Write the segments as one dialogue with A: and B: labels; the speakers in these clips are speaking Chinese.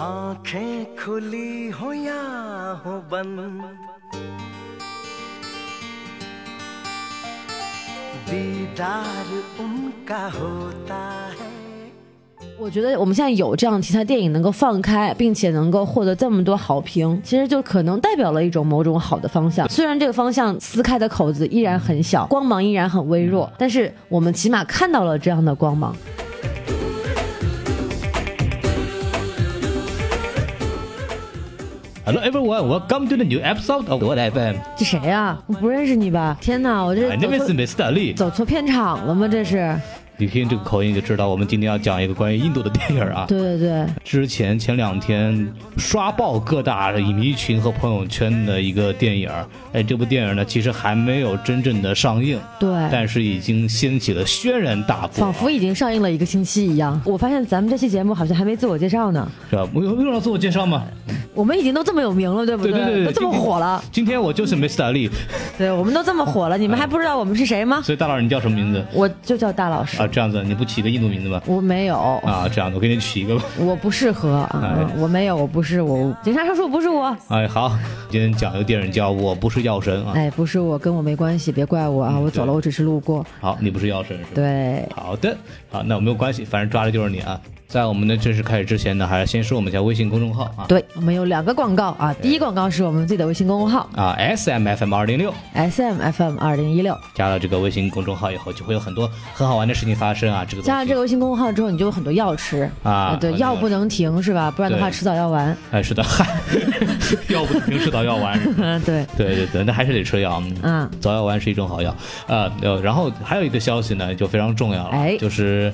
A: आंखें खुली हो या हो बंद दीदार उनका होता है
B: 我觉得我们现在有这样题材电影能够放开，并且能够获得这么多好评，其实就可能代表了一种某种好的方向。虽然这个方向撕开的口子依然很
C: 嗯
B: 小，光芒依然很微弱，但是我们起码看到了这样的光芒。
C: Hello everyone, welcome to the new episode of What FM.
B: 这谁呀、我不认识你吧？天哪，我这
C: My
B: 走
C: name is
B: 错
C: m s 大力。
B: 走错片场了吗？这是？
C: 你听这个口音就知道，我们今天要讲一个关于印度的电影啊。
B: 对对对，
C: 之前前两天刷爆各大影迷群和朋友圈的一个电影儿，哎，这部电影呢其实还没有真正的上映，
B: 对
C: 但是已经掀起了轩然大波啊，
B: 哎仿佛已经上映了一个星期一样。我发现咱们这期节目好像还没自我介绍呢，
C: 是吧？不用不用要自我介绍吗？
B: 我们已经都这么有名了，对不
C: 对对对，
B: 都这么
C: 今天
B: 火了，。
C: 今天我就是 Mr. 力，
B: 对，我们都这么火了，你们还不知道我们是谁吗？
C: 所以大佬你叫什么名字
B: 我就叫大老师。
C: 啊？这样子你不起个印度名字吗？
B: 我没有，
C: 啊，这样的我给你起一个吧。
B: 我不适合啊，
C: 哎
B: 我没有，我不是我，警察叔叔不是我，
C: 哎，好，今天讲一个电影叫《我不是药神》啊。
B: 哎，不是我，跟我没关系，别怪我啊，我走了，
C: 嗯对
B: 我只是路过。
C: 好，你不是药神是吧？。
B: 对，
C: 好的，好，那我没有关系，反正抓的就是你啊。在我们的正式开始之前呢，还是先说我们一下微信公众号啊。
B: 对，我们有两个广告啊，第一广告是我们自己的微信公众号
C: 啊，S M F M 二零六，
B: S M F M 二零一六，
C: 加了这个微信公众号以后，就会有很多很好玩的事情发生啊。这个东西
B: 加上这个微信公众号之后，你就有很多药吃
C: 啊
B: 对，
C: 很多
B: 药不能停是吧？不然的话，
C: 对
B: 迟早要 完。
C: 哎，是的，嗨，药不停，迟早要完。
B: 嗯，对，
C: 对对对，那还是得吃药。嗯
B: 嗯，
C: 早药丸是一种好药啊、呃。然后还有一个消息呢，就非常重要了，
B: 哎
C: 就是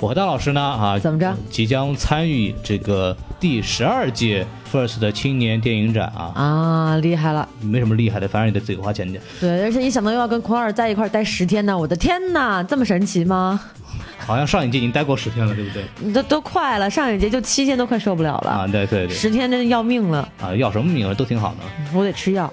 C: 我和大老师呢啊，
B: 怎么着？
C: 即将参与这个第十二届 First 的青年电影展啊，
B: 啊，厉害了，
C: 没什么厉害的，反正你得自己花钱去。
B: 对，而且一想到又要跟孔二在一块儿待十天呢，我的天呐，这么神奇吗？
C: 好像上一届已经待过十天了，对不对？
B: 你都都快了，上一节就七天都快受不了了。
C: 啊，对对对，
B: 十天真的要命了，
C: 啊，要什么名额都挺好的，
B: 我得吃药。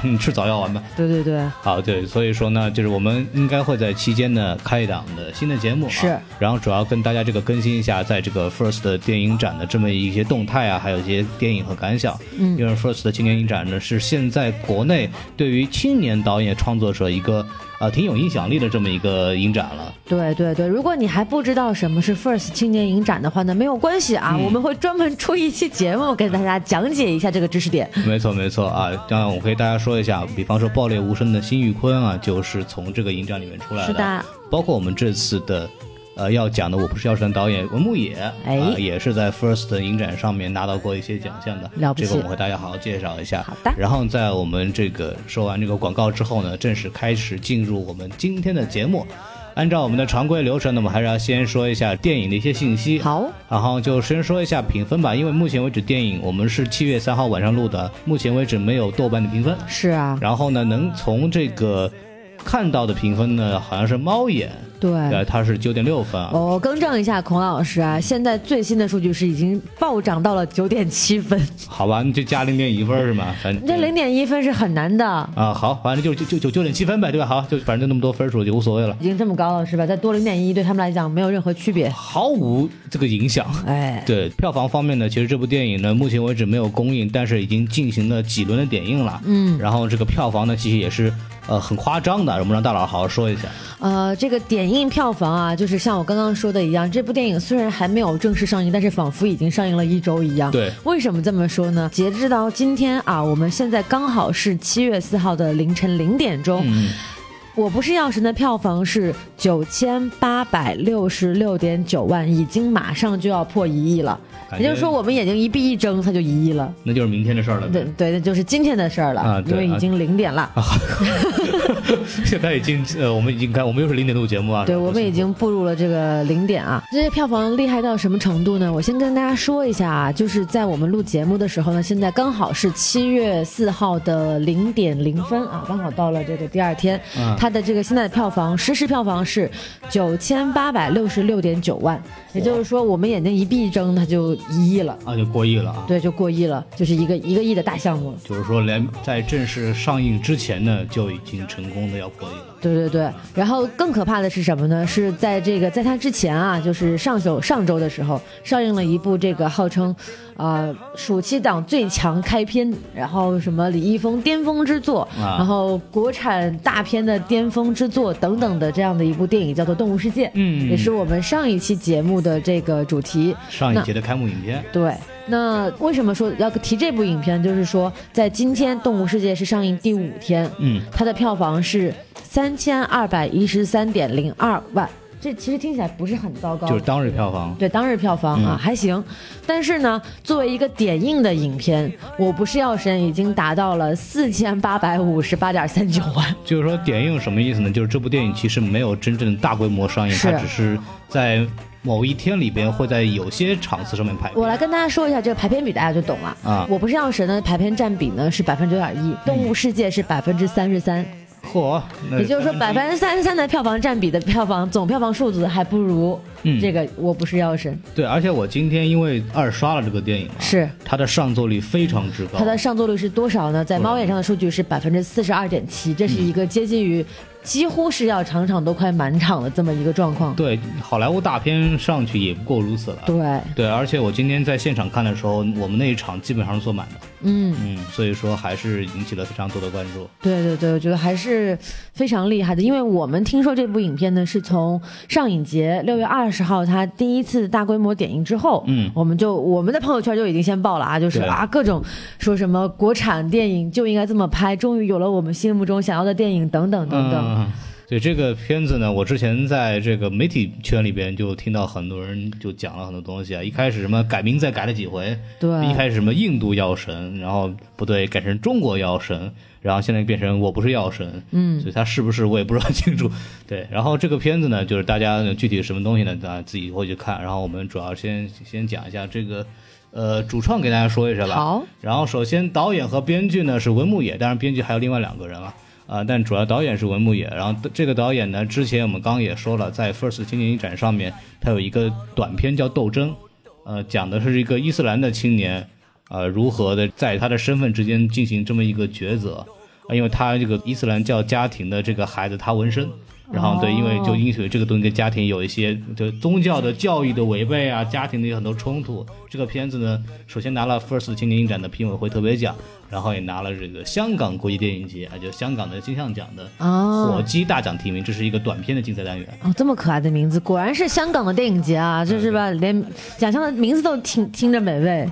C: 吃你吃早药丸吧。
B: 对对对，
C: 好，对，所以说呢，就是我们应该会在期间呢开一档的新的节目、啊，
B: 是，
C: 然后主要跟大家这个更新一下，在这个 First 的电影展的这么一些动态啊，还有一些电影和感想，嗯，因为 First 的青年影展呢是现在国内对于青年导演创作者一个呃挺有影响力的这么一个影展了，
B: 对对对。如果你还不知道什么是 First 青年影展的话呢，没有关系
C: 嗯
B: 啊，我们会专门出一期节目给大家讲解一下这个知识点。
C: 没错，没错啊！当然，我给大家说一下，比方说《爆裂无声》的辛玉坤啊，就是从这个影展里面出来的。
B: 是的。
C: 包括我们这次的，呃，要讲的《我不是药神》导演文牧野，
B: 哎
C: 啊也是在 First 的影展上面拿到过一些奖项的。
B: 了不起
C: 这个我们和大家好好介绍一下。
B: 好的
C: 然后在我们这个说完这个广告之后呢，正式开始进入我们今天的节目。按照我们的常规流程呢，我们还是要先说一下电影的一些信息。
B: 好，
C: 然后就先说一下评分吧，因为目前为止电影我们是七月三号晚上录的，目前为止没有豆瓣的评分。
B: 是啊，
C: 然后呢，能从这个看到的评分呢，好像是猫眼，
B: 对
C: 呃，。它是九点六分啊。
B: 我更正一下，孔老师啊，现在最新的数据是已经暴涨到了九点七分，
C: 好吧，你就加零点一分是吗？反正
B: 这零点一分是很难的，
C: 啊，好，反正就就就就九点七分呗，对吧？好，就反正就那么多分数就无所谓了，
B: 已经这么高了是吧？再多零点一对他们来讲没有任何区别。
C: 毫无这个影响。
B: 哎，
C: 对票房方面呢，其实这部电影呢，目前为止没有公映，但是已经进行了几轮的点映了。嗯，然后这个票房呢，其实也是呃很夸张的，我们让大佬好好说一下。
B: 呃，这个点映票房啊，就是像我刚刚说的一样，这部电影虽然还没有正式上映，但是仿佛已经上映了一周一样。
C: 对
B: 为什么这么说呢？截至到今天啊，我们现在刚好是七月四号的凌晨零点
C: 嗯
B: 钟。我不是药神的票房是九千八百六十六点九万，已经马上就要破一亿了。
C: 感
B: 也
C: 觉
B: 就是说，我们眼睛一闭一睁，它就一亿了。
C: 那就是明天的事儿了。
B: 对对，那就是今天的事儿了，
C: 啊
B: 因
C: 对
B: 为已
C: 啊
B: 经零点了。
C: 现在已经呃，我们已经开，我们又是零点录节目啊。
B: 对，
C: 是吧
B: 我们已经步入了这个零点啊！这些票房厉害到什么程度呢？我先跟大家说一下啊，就是在我们录节目的时候呢，现在刚好是七月四号的零点零分啊，刚好到了这个第二天，它的这个现在的票房实时票房是九千八百六十六点九万，也就是说我们眼睛一闭一睁，它就一亿了，
C: 啊就过亿了啊。
B: 对，就过亿了，就是一个一个亿的大项目了。
C: 就是说，连在正式上映之前呢，就已经成功功的要过硬了。
B: 对对对，然后更可怕的是什么呢？是在这个在他之前啊，就是上周上周的时候上映了一部这个号称，呃，暑期档最强开篇，然后什么李易峰巅峰之作，
C: 啊
B: 然后国产大片的巅峰之作等等的这样的一部电影，叫做《动物世界》，
C: 嗯
B: 也是我们上一期节目的这个主题。
C: 上一
B: 那
C: 节的开幕影片，
B: 对，那为什么说要提这部影片？就是说，在今天《动物世界》是上映第五天，
C: 嗯，
B: 它的票房是三千二百一十三点零二万，这其实听起来不是很糟糕，
C: 就是嗯当日票房，
B: 对当日票房啊、还行，但是呢，作为一个点映的影片，《我不是药神》已经达到了四千八百五十八点三九 万，
C: 就是说点映什么意思呢？就是这部电影其实没有真正大规模上映，
B: 是
C: 它只是在某一天里边会在有些场次上面排。
B: 我来跟大家说一下这个排片比，大家就懂了。
C: 啊嗯
B: 我不是药神的排片占比呢是百分之九点一，《动物世界》是百分之三十三，
C: 嚯，那
B: 也就是说百分之三十三的票房占比的票房总票房数字还不如
C: 嗯
B: 这个《我不是药神》
C: 对，而且我今天因为二刷了这个电影、啊，
B: 是
C: 它的上座率非常之高，
B: 它的上座率是多少呢？在
C: 多少
B: 猫眼上的数据是百分之四十二点七，这是一个接近于几乎是要场场都快满场的这么一个状况。
C: 对好莱坞大片上去也不过如此了。
B: 对，
C: 对，而且我今天在现场看的时候，我们那一场基本上是坐满的，
B: 嗯，
C: 嗯，所以说还是引起了非常多的关注。
B: 对对对，我觉得还是非常厉害的，因为我们听说这部影片呢是从上影节六月二十号它第一次大规模点映之后，
C: 嗯
B: 我们就我们的朋友圈就已经先爆了啊，就是
C: 对
B: 啊各种说什么国产电影就应该这么拍，终于有了我们心目中想要的电影等等等等。
C: 嗯，对这个片子呢，我之前在这个媒体圈里边就听到很多人就讲了很多东西啊。一开始什么改名再改了几回，
B: 对
C: 一开始什么印度药神，然后不对，改成中国药神，然后现在变成我不是药神，嗯，所以他是不是我也不知道 清楚。对，然后这个片子呢，就是大家具体什么东西呢，大家自己会去看。然后我们主要先先讲一下这个。呃，主创给大家说一下吧。
B: 好，
C: 然后首先导演和编剧呢是文牧野，当然编剧还有另外两个人了。啊、但主要导演是文牧野，然后这个导演呢，之前我们刚刚也说了，在 First 青年影展上面，他有一个短片叫《斗争》，呃，讲的是一个伊斯兰的青年，呃，如何的在他的身份之间进行这么一个抉择，啊，因为他这个伊斯兰教家庭的这个孩子他纹身，然后对，因为就因此这个东西跟家庭有一些就宗教的教育的违背啊，家庭的有很多冲突。这个片子呢，首先拿了 First 青年影展的评委会特别奖，然后也拿了这个香港国际电影节啊，就香港的金像奖的
B: 哦
C: 火鸡大奖提名，这是一个短片的竞赛单元。
B: 哦，这么可爱的名字，果然是香港的电影节啊，就是吧？连奖项的名字都听听着美味。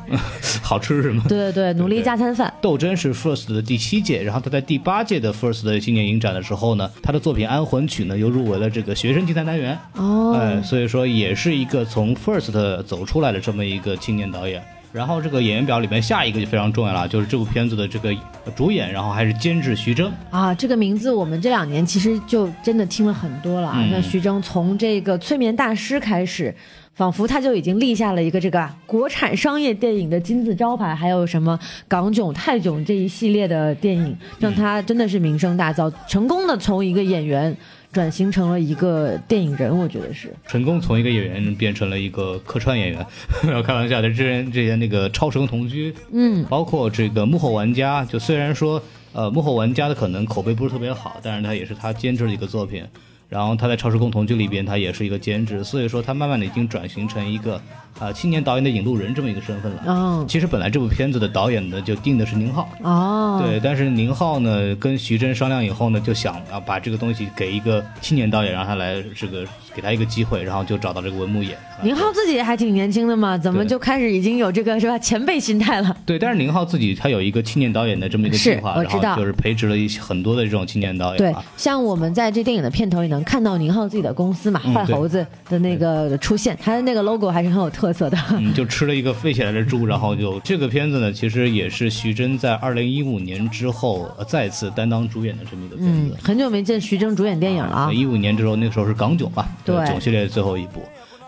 C: 好吃是吗？
B: 对对嗯对，努力加餐饭。
C: 斗争是 First 的第七届，然后他在第八届的 First 的青年影展的时候呢，他的作品《安魂曲》呢又入围了这个学生竞赛单元。
B: 哦，
C: 哎，所以说也是一个从 First 走出来的这么一个青年导演。然后这个演员表里面下一个就非常重要了，就是这部片子的这个主演，然后还是监制徐峥。
B: 啊，这个名字我们这两年其实就真的听了很多了啊。像徐峥从这个催眠大师开始，仿佛他就已经立下了一个这个国产商业电影的金字招牌，还有什么港囧、泰囧这一系列的电影，让他真的是名声大噪，成功的从一个演员转型成了一个电影人，我觉得是。
C: 成功从一个演员变成了一个客串演员， 我开玩笑的。之前之前那个《超时空同居》，嗯，包括这个《幕后玩家》，就虽然说呃《幕后玩家》的可能口碑不是特别好，但是他也是他监制的一个作品。然后他在《超时空同居》里边，他也是一个监制，所以说他慢慢的已经转型成一个啊、呃青年导演的引路人这么一个身份了。
B: 嗯
C: 其实本来这部片子的导演呢就定的是宁浩，
B: 哦，
C: 对，但是宁浩呢跟徐峥商量以后呢，就想啊把这个东西给一个青年导演，让他来这个给他一个机会，然后就找到这个文牧野。啊
B: 宁浩自己还挺年轻的嘛，怎么
C: 对
B: 就开始已经有这个是吧前辈心态了？
C: 对，但是宁浩自己他有一个青年导演的这么一个计
B: 是
C: 划，
B: 我
C: 然
B: 知道
C: 后就是培植了一些很多的这种青年导演
B: 对
C: 啊。，
B: 像我们在这电影的片头也能看到宁浩自己的公司嘛，
C: 嗯
B: 坏猴子的那个出现，他的那个 logo 还是很有特色的。
C: 嗯，就吃了一个飞起来的猪，然后就这个片子呢，其实也是徐峥在二零一五年之后、呃再次担当主演的这么一个片
B: 嗯，
C: 子。
B: 很久没见徐峥主演电影了啊。
C: 一五年之后，那个时候是港囧吧，
B: 对
C: 囧系列最后一部。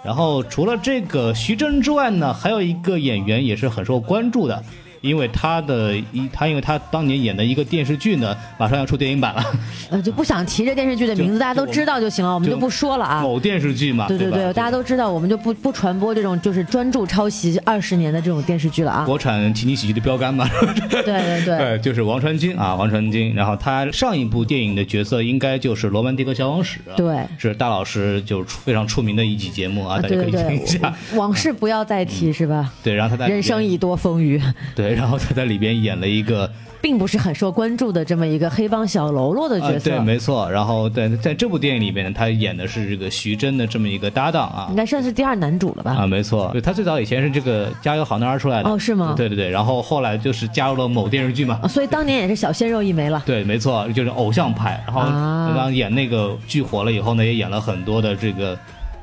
C: 然后除了这个徐峥之外呢，还有一个演员也是很受关注的，因为他的一他因为他当年演的一个电视剧呢，马上要出电影版了，
B: 呃，就不想提这电视剧的名字，
C: 哎就
B: 大家都知道就行了，我们
C: 就
B: 就不说了啊。
C: 某电视剧嘛，
B: 对
C: 对
B: 对
C: 吧
B: 对，大家都知道，我们就不不传播这种就是专注抄袭二十年的这种电视剧了啊。
C: 国产情景喜剧的标杆嘛，
B: 对对对，
C: 呃，就是王传君啊，王传君。然后他上一部电影的角色应该就是《罗曼蒂克消亡史》，啊
B: 对
C: 是大老师就是出非常出名的一集节目啊，
B: 啊
C: 大家可
B: 对对
C: 以听一
B: 对，
C: 下。嗯
B: 我往事不要再提是吧？
C: 对，然后他在里边
B: 人生已多风雨，
C: 对，然后他在里边演了一个
B: 并不是很受关注的这么一个黑帮小喽啰的
C: 啊、
B: 角色
C: 对，，没错。然后在在这部电影里边呢，他演的是这个徐峥的这么一个搭档啊
B: 应。该算是第二男主了吧？
C: 啊，没错，对他最早以前是这个《加油好男儿》出来的
B: 哦是吗
C: 对对对，然后后来就是加入了某电视剧嘛
B: 啊，，所以当年也是小鲜肉一枚了。
C: 对，没错，就是偶像派。然后
B: 啊
C: 刚刚演那个剧火了以后呢，也演了很多的这个，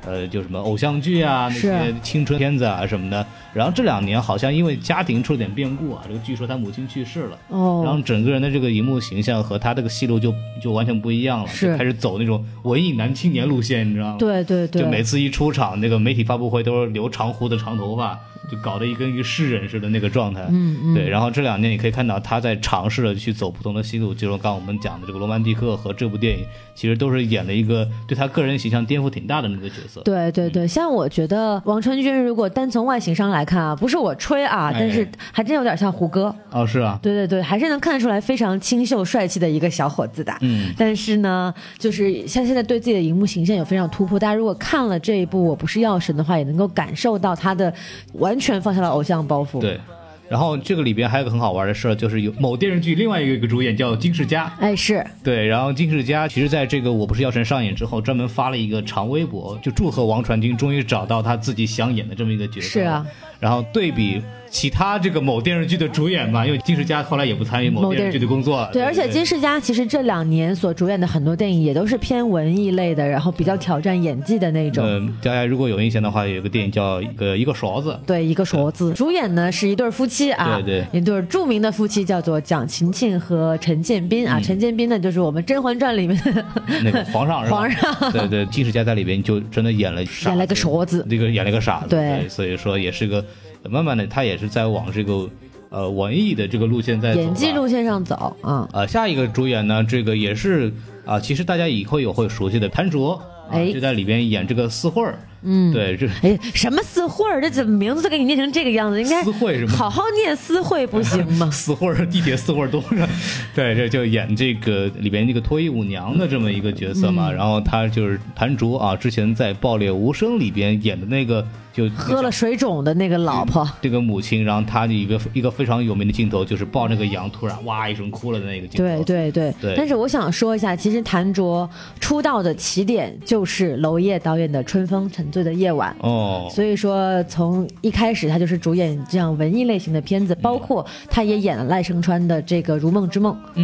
C: 呃，就什么偶像剧啊，那些
B: 是
C: 青春片子啊什么的。然后这两年好像因为家庭出了点变故啊，这个据说他母亲去世了。然后
B: 哦，
C: 整个人的这个荧幕形象和他这个戏路就就完全不一样了，
B: 是
C: 就开始走那种文艺男青年路线，你知道吗？，
B: 对对对，
C: 就每次一出场，那个媒体发布会都是留长胡子、长头发，就搞得一跟一个诗人似的那个状态。
B: 嗯嗯，
C: 对，然后这两年你可以看到他在尝试着去走不同的戏路，就是刚刚我们讲的这个《罗曼蒂克》和这部电影，其实都是演了一个对他个人形象颠覆挺大的那么一个角色。
B: 对对对，像我觉得王传君如果单从外形上来看啊，不是我吹啊，但是
C: 哎
B: 还真有点像胡歌。
C: 哦，是啊，
B: 对对对，还是能看得出来非常清秀帅气的一个小伙子的。
C: 嗯，
B: 但是呢，就是像现在对自己的荧幕形象有非常突破。大家如果看了这一部《我不是药神》的话，也能够感受到他的完全放下了偶像包袱。，
C: 对。然后这个里边还有个很好玩的事儿，就是有某电视剧另外一个一个主演叫金世佳，
B: 哎是，
C: 对，然后金世佳其实在这个《我不是药神》上演之后，专门发了一个长微博，就祝贺王传君终于找到他自己想演的这么一个角色。
B: 是啊，
C: 然后对比其他这个某电视剧的主演嘛，因为金世佳后来也不参与某
B: 某
C: 电
B: 电
C: 视剧的工作了。
B: 对，而且金世佳其实这两年所主演的很多电影也都是偏文艺类的，然后比较挑战演技的那种。
C: 嗯，大家如果有印象的话，有一个电影叫《一个一个勺子》。
B: 对，一个勺子。主演呢是一对夫妻啊，
C: 对
B: 一对著名的夫妻叫做蒋勤勤和陈建斌
C: 嗯
B: 啊。陈建斌呢就是我们《甄嬛传》里面的
C: 那个皇 上是吧？
B: 皇上
C: 对对，金世佳在里边就真的演了傻嗯
B: 演了个勺子
C: 这个演了个傻子，
B: 对
C: 所以说也是个慢慢的，他也是在往这个呃文艺的这个路线在走吧
B: 演技路线上走啊。
C: 呃，下一个主演呢，这个也是啊、其实大家以后也会熟悉的潘卓，啊
B: 哎
C: 就在里边演这个四惠儿，嗯，对，这
B: 哎，什么私会儿？这怎么名字都给你念成这个样子？应该
C: 私会是吗？
B: 好好念私会不行吗
C: 四惠儿地铁四惠儿多 着，对，这就演这个里边那个脱衣舞娘的这么一个角色
B: 嗯
C: 嘛，然后他就是潘卓啊，之前在《爆裂无声》里边演的那个就
B: 喝了。水肿的那个老婆，
C: 这个母亲，然后她的一个一个非常有名的镜头，就是抱那个羊，突然哇一声哭了的那个镜头。
B: 对对对
C: 对
B: 但是我想说一下，其实谭卓出道的起点就是娄烨导演的《春风沉醉的夜晚》。
C: 哦，
B: 所以说，从一开始他就是主演这样文艺类型的片
C: 嗯
B: 子，包括他也演了赖声川的这个《如梦之梦》。
C: 嗯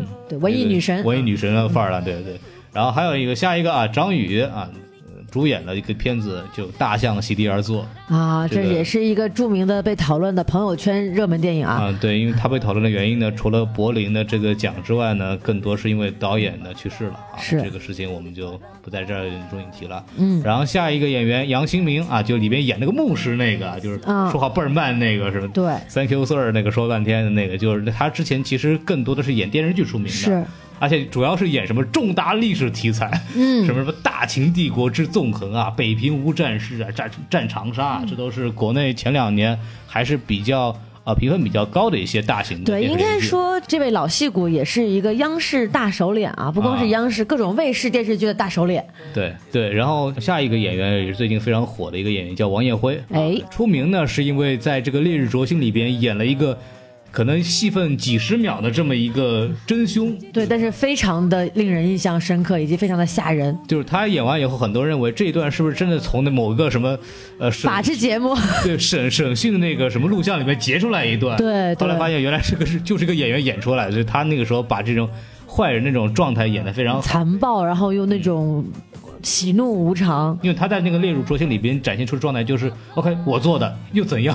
B: 嗯，对，文艺
C: 这个
B: 女神。嗯
C: 文艺女神啊的范儿了，对对。然后还有一个下一个啊，张宇啊，呃主演的一个片子就《大象席地而坐》
B: 啊，
C: 这
B: 这
C: 个
B: 也是一个著名的被讨论的朋友圈热门电影啊。
C: 啊，对，因为他被讨论的原因呢，除了柏林的这个奖之外呢，更多是因为导演的去世了啊，
B: 是
C: 这个事情我们就不在这儿重新提了。嗯，然后下一个演员杨新民啊，就里边演那个牧师那个，就是
B: 啊
C: 说话倍儿慢那个是吧？
B: 对
C: ，Thank you sir 那个说半天的那个，就是他之前其实更多的是演电视剧出名的，
B: 是，
C: 而且主要是演什么重大历史题材，嗯，什么什么大秦帝国之纵横啊，北平无战事啊，战战长沙
B: 嗯
C: 啊，这都是国内前两年还是比较啊、呃评分比较高的一些大型的
B: 对，
C: 电视
B: 应
C: 剧
B: 该说这位老戏骨也是一个央视大手脸啊，不光
C: 啊
B: 是央视，各种卫视电视剧的大手脸。
C: 对对。然后下一个演员也是最近非常火的一个演员叫王彦辉，
B: 哎
C: 啊出名呢是因为在这个《烈日灼心》里边演了一个可能戏份几十秒的这么一个真凶，
B: 对，但是非常的令人印象深刻，以及非常的吓人。
C: 就是他演完以后，很多人认为这一段是不是真的从那某一个什么呃审
B: 法制节目
C: 对审审讯的那个什么录像里面截出来一段，
B: 对对
C: 后来发现原来这个是就是个演员演出来的，所以他那个时候把这种坏人那种状态演得非常好，
B: 残暴，然后又
C: 嗯
B: 那种喜怒无常，
C: 因为他在那个《烈日灼心》里边展现出状态就是 OK 我做的又怎样，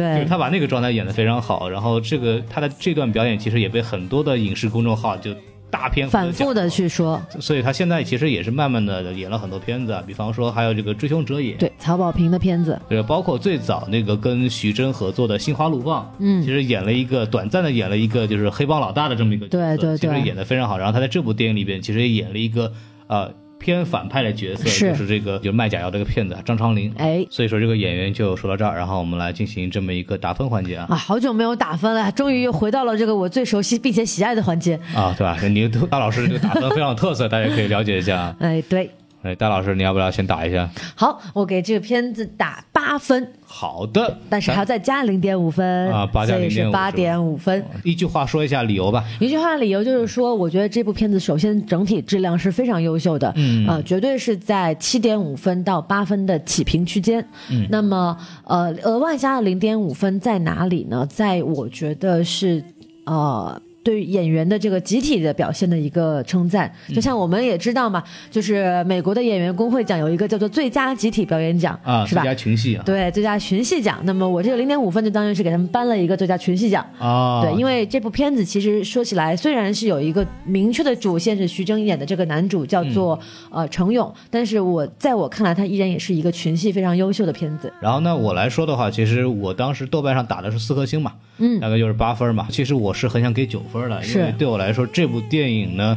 B: 对
C: 是，他把那个状态演得非常好，然后这个他的这段表演其实也被很多的影视公众号就大篇幅地
B: 反复的去说。
C: 讲，所以他现在其实也是慢慢的演了很多片子啊，比方说还有这个《追凶者也》，
B: 对，曹保平的片子，
C: 对，包括最早那个跟徐峥合作的《心花怒放》，嗯，其实演了一个短暂的演了一个就是黑帮老大的这么一个角
B: 对
C: 色，
B: 对对
C: 其实演的非常好。然后他在这部电影里边其实也演了一个呃偏反派的角色，
B: 是
C: 就是这个就是卖假药这个骗子张昌龄。
B: 哎
C: 所以说这个演员就说到这儿，然后我们来进行这么一个打分环节啊。
B: 啊，好久没有打分了，终于又回到了这个我最熟悉并且喜爱的环节。
C: 啊，对吧？你大老师这个打分非常有 特色，大家可以了解一下啊。
B: 哎，对，
C: 哎，大老师，你要不要先打一下？
B: 好，我给这个片子打八分，
C: 好的，
B: 嗯但是还要再加零点五分
C: 啊八加
B: 所以是
C: 0.5
B: 八点五分。
C: 一句话说一下理由吧。
B: 一句话的理由就是说，我觉得这部片子首先整体质量是非常优秀的，嗯，呃，绝对是在七点五分到八分的起评区间。嗯，那么呃，额外加的零点五分在哪里呢？在我觉得是呃。对演员的这个集体的表现的一个称赞，就像我们也知道嘛，就是美国的演员工会奖有一个叫做最佳集体表演奖，
C: 啊，
B: 是
C: 最
B: 吧？
C: 佳群戏啊，
B: 对，最佳群戏奖。那么我这个零点五分就当然是给他们颁了一个最佳群戏奖。
C: 啊，
B: 对，因
C: 为
B: 为这部片子其实说起来，虽然是有一个明确的主线是徐峥演的这个男主叫做、
C: 嗯
B: 呃程勇，但是我在我看来，他依然也是一个群戏非常优秀的片子。
C: 然后呢，我来说的话，其实我当时豆瓣上打的是四颗星嘛，嗯，大概就是八分嘛。其实我是很想给九分的，因
B: 是
C: 为对我来说，这部电影呢。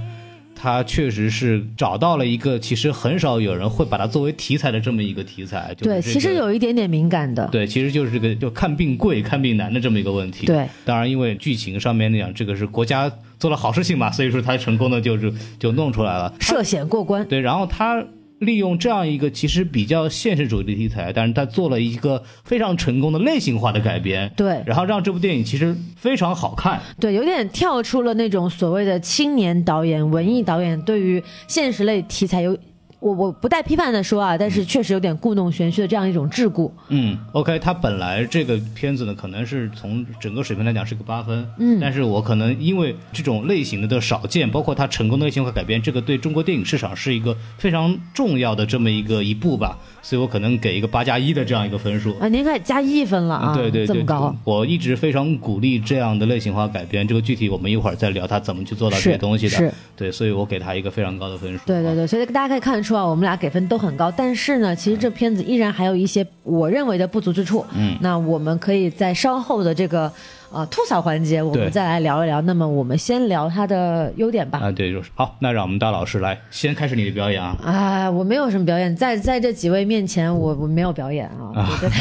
C: 它确实是找到了一个其实很少有人会把它作为题材的这么一个题材，就是
B: 对，
C: 这
B: 其实
C: 个
B: 有一点点敏感的。
C: 对，其实就是这个就看病贵、看病难的这么一个问题。
B: 对，
C: 当然因为剧情上面讲，这个是国家做了好事情嘛，所以说他成功的就是就弄出来了。
B: 涉险过关，
C: 对，然后他利用这样一个其实比较现实主义的题材，但是他做了一个非常成功的类型化的改编。
B: 对
C: 然后让这部电影其实非常好看。
B: 对，有点跳出了那种所谓的青年导演、文艺导演对于现实类题材有。我我不带批判的说啊，但是确实有点故弄玄虚的这样一种桎梏。
C: 嗯，OK，它本来这个片子呢，可能是从整个水平来讲是个八分，嗯，但是我可能因为这种类型的的少见，包括它成功的类型化改编，这个对中国电影市场是一个非常重要的这么一个一步吧，所以我可能给一个八加一的这样一个分数。
B: 啊，您看加一分了啊，
C: 嗯对对对，
B: 这么高，
C: 我一直非常鼓励这样的类型化改编。这个具体我们一会儿再聊，它怎么去做到这些
B: 是
C: 东西的
B: 是。
C: 对，所以我给它一个非常高的分数。
B: 对对对，所以大家可以看得出啊，我们俩给分都很高，但是呢，其实这片子依然还有一些我认为的不足之处。嗯，那我们可以在稍后的这个呃吐槽环节，我
C: 对
B: 们再来聊一聊。那么我们先聊它的优点吧。
C: 啊，对，就是好。那让我们大老师来先开始你的表 演啊！
B: 啊，我没有什么表演，在在这几位面前，我我没有表演啊。我觉得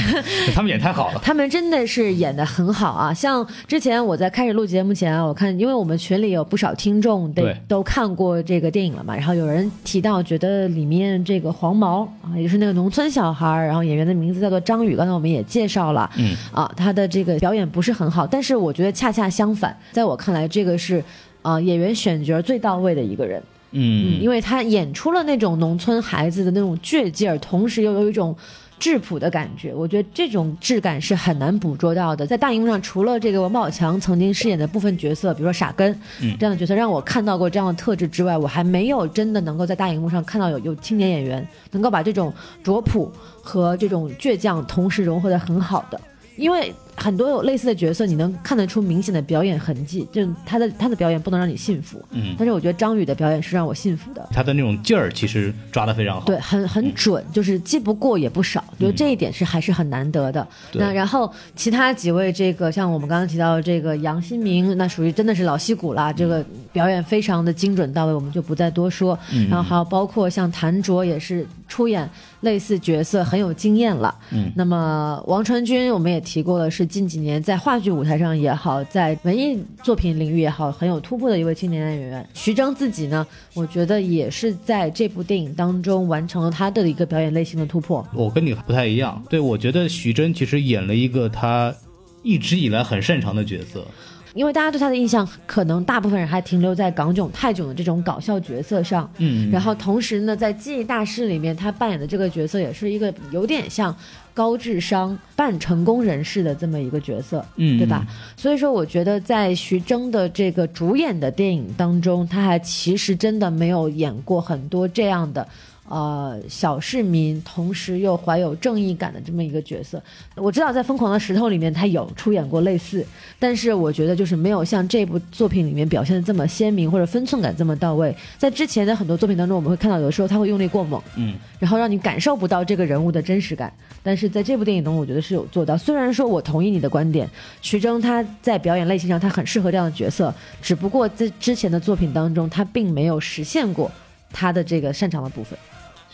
C: 他们演太好了。
B: 他们真的是演的很好啊！像之前我在开始录节目前啊，我看因为我们群里有不少听众对
C: 对
B: 都看过这个电影了嘛，然后有人提到觉得里面这个黄毛啊，也就是那个农村小孩儿，然后演员的名字叫做张宇，刚才我们也介绍了，嗯啊，他的这个表演不是很好，但是我觉得恰恰相反，在我看来，这个是啊、演员选角最到位的一个人。
C: 嗯
B: 嗯，因为他演出了那种农村孩子的那种倔劲儿，同时又有一种质朴的感觉。我觉得这种质感是很难捕捉到的。在大荧幕上，除了这个王宝强曾经饰演的部分角色，比如说傻根、这样的角色，让我看到过这样的特质之外，我还没有真的能够在大荧幕上看到有有青年演员能够把这种拙朴和这种倔强同时融合的很好的。因为很多有类似的角色，你能看得出明显的表演痕迹，就是他的他的表演不能让你信服。嗯，但是我觉得张宇的表演是让我信服的，
C: 他的那种劲儿其实抓得非常好。
B: 对，很很准，就是既不过也不少，觉得这一点是还是很难得的。
C: 对
B: 那然后其他几位，这个像我们刚刚提到的这个杨新民，那属于真的是老戏骨啦，这个表演非常的精准到位，我们就不再多说。然后还有包括像谭卓也是出演类似角色很有经验了。嗯，那么王传君我们也提过了，是近几年在话剧舞台上也好，在文艺作品领域也好，很有突破的一位青年演员。徐峥自己呢，我觉得也是在这部电影当中完成了他的一个表演类型的突破。
C: 我跟你不太一样，对我觉得徐峥其实演了一个他一直以来很擅长的角色。
B: 因为大家对他的印象，可能大部分人还停留在港囧、泰囧的这种搞笑角色上。嗯，然后同时呢，在《记忆大师》里面，他扮演的这个角色也是一个有点像高智商、半成功人士的这么一个角色，
C: 嗯
B: 对吧？所以说，我觉得在徐峥的这个主演的电影当中，他还其实真的没有演过很多这样的。呃小市民，同时又怀有正义感的这么一个角色。我知道在《疯狂的石头》里面他有出演过类似，但是我觉得就是没有像这部作品里面表现的这么鲜明或者分寸感这么到位。在之前的很多作品当中，我们会看到有时候他会用力过猛，
C: 嗯，
B: 然后让你感受不到这个人物的真实感。但是在这部电影中，我觉得是有做到。虽然说我同意你的观点，徐峥他在表演类型上他很适合这样的角色，只不过在之前的作品当中，他并没有实现过他的这个擅长的部分。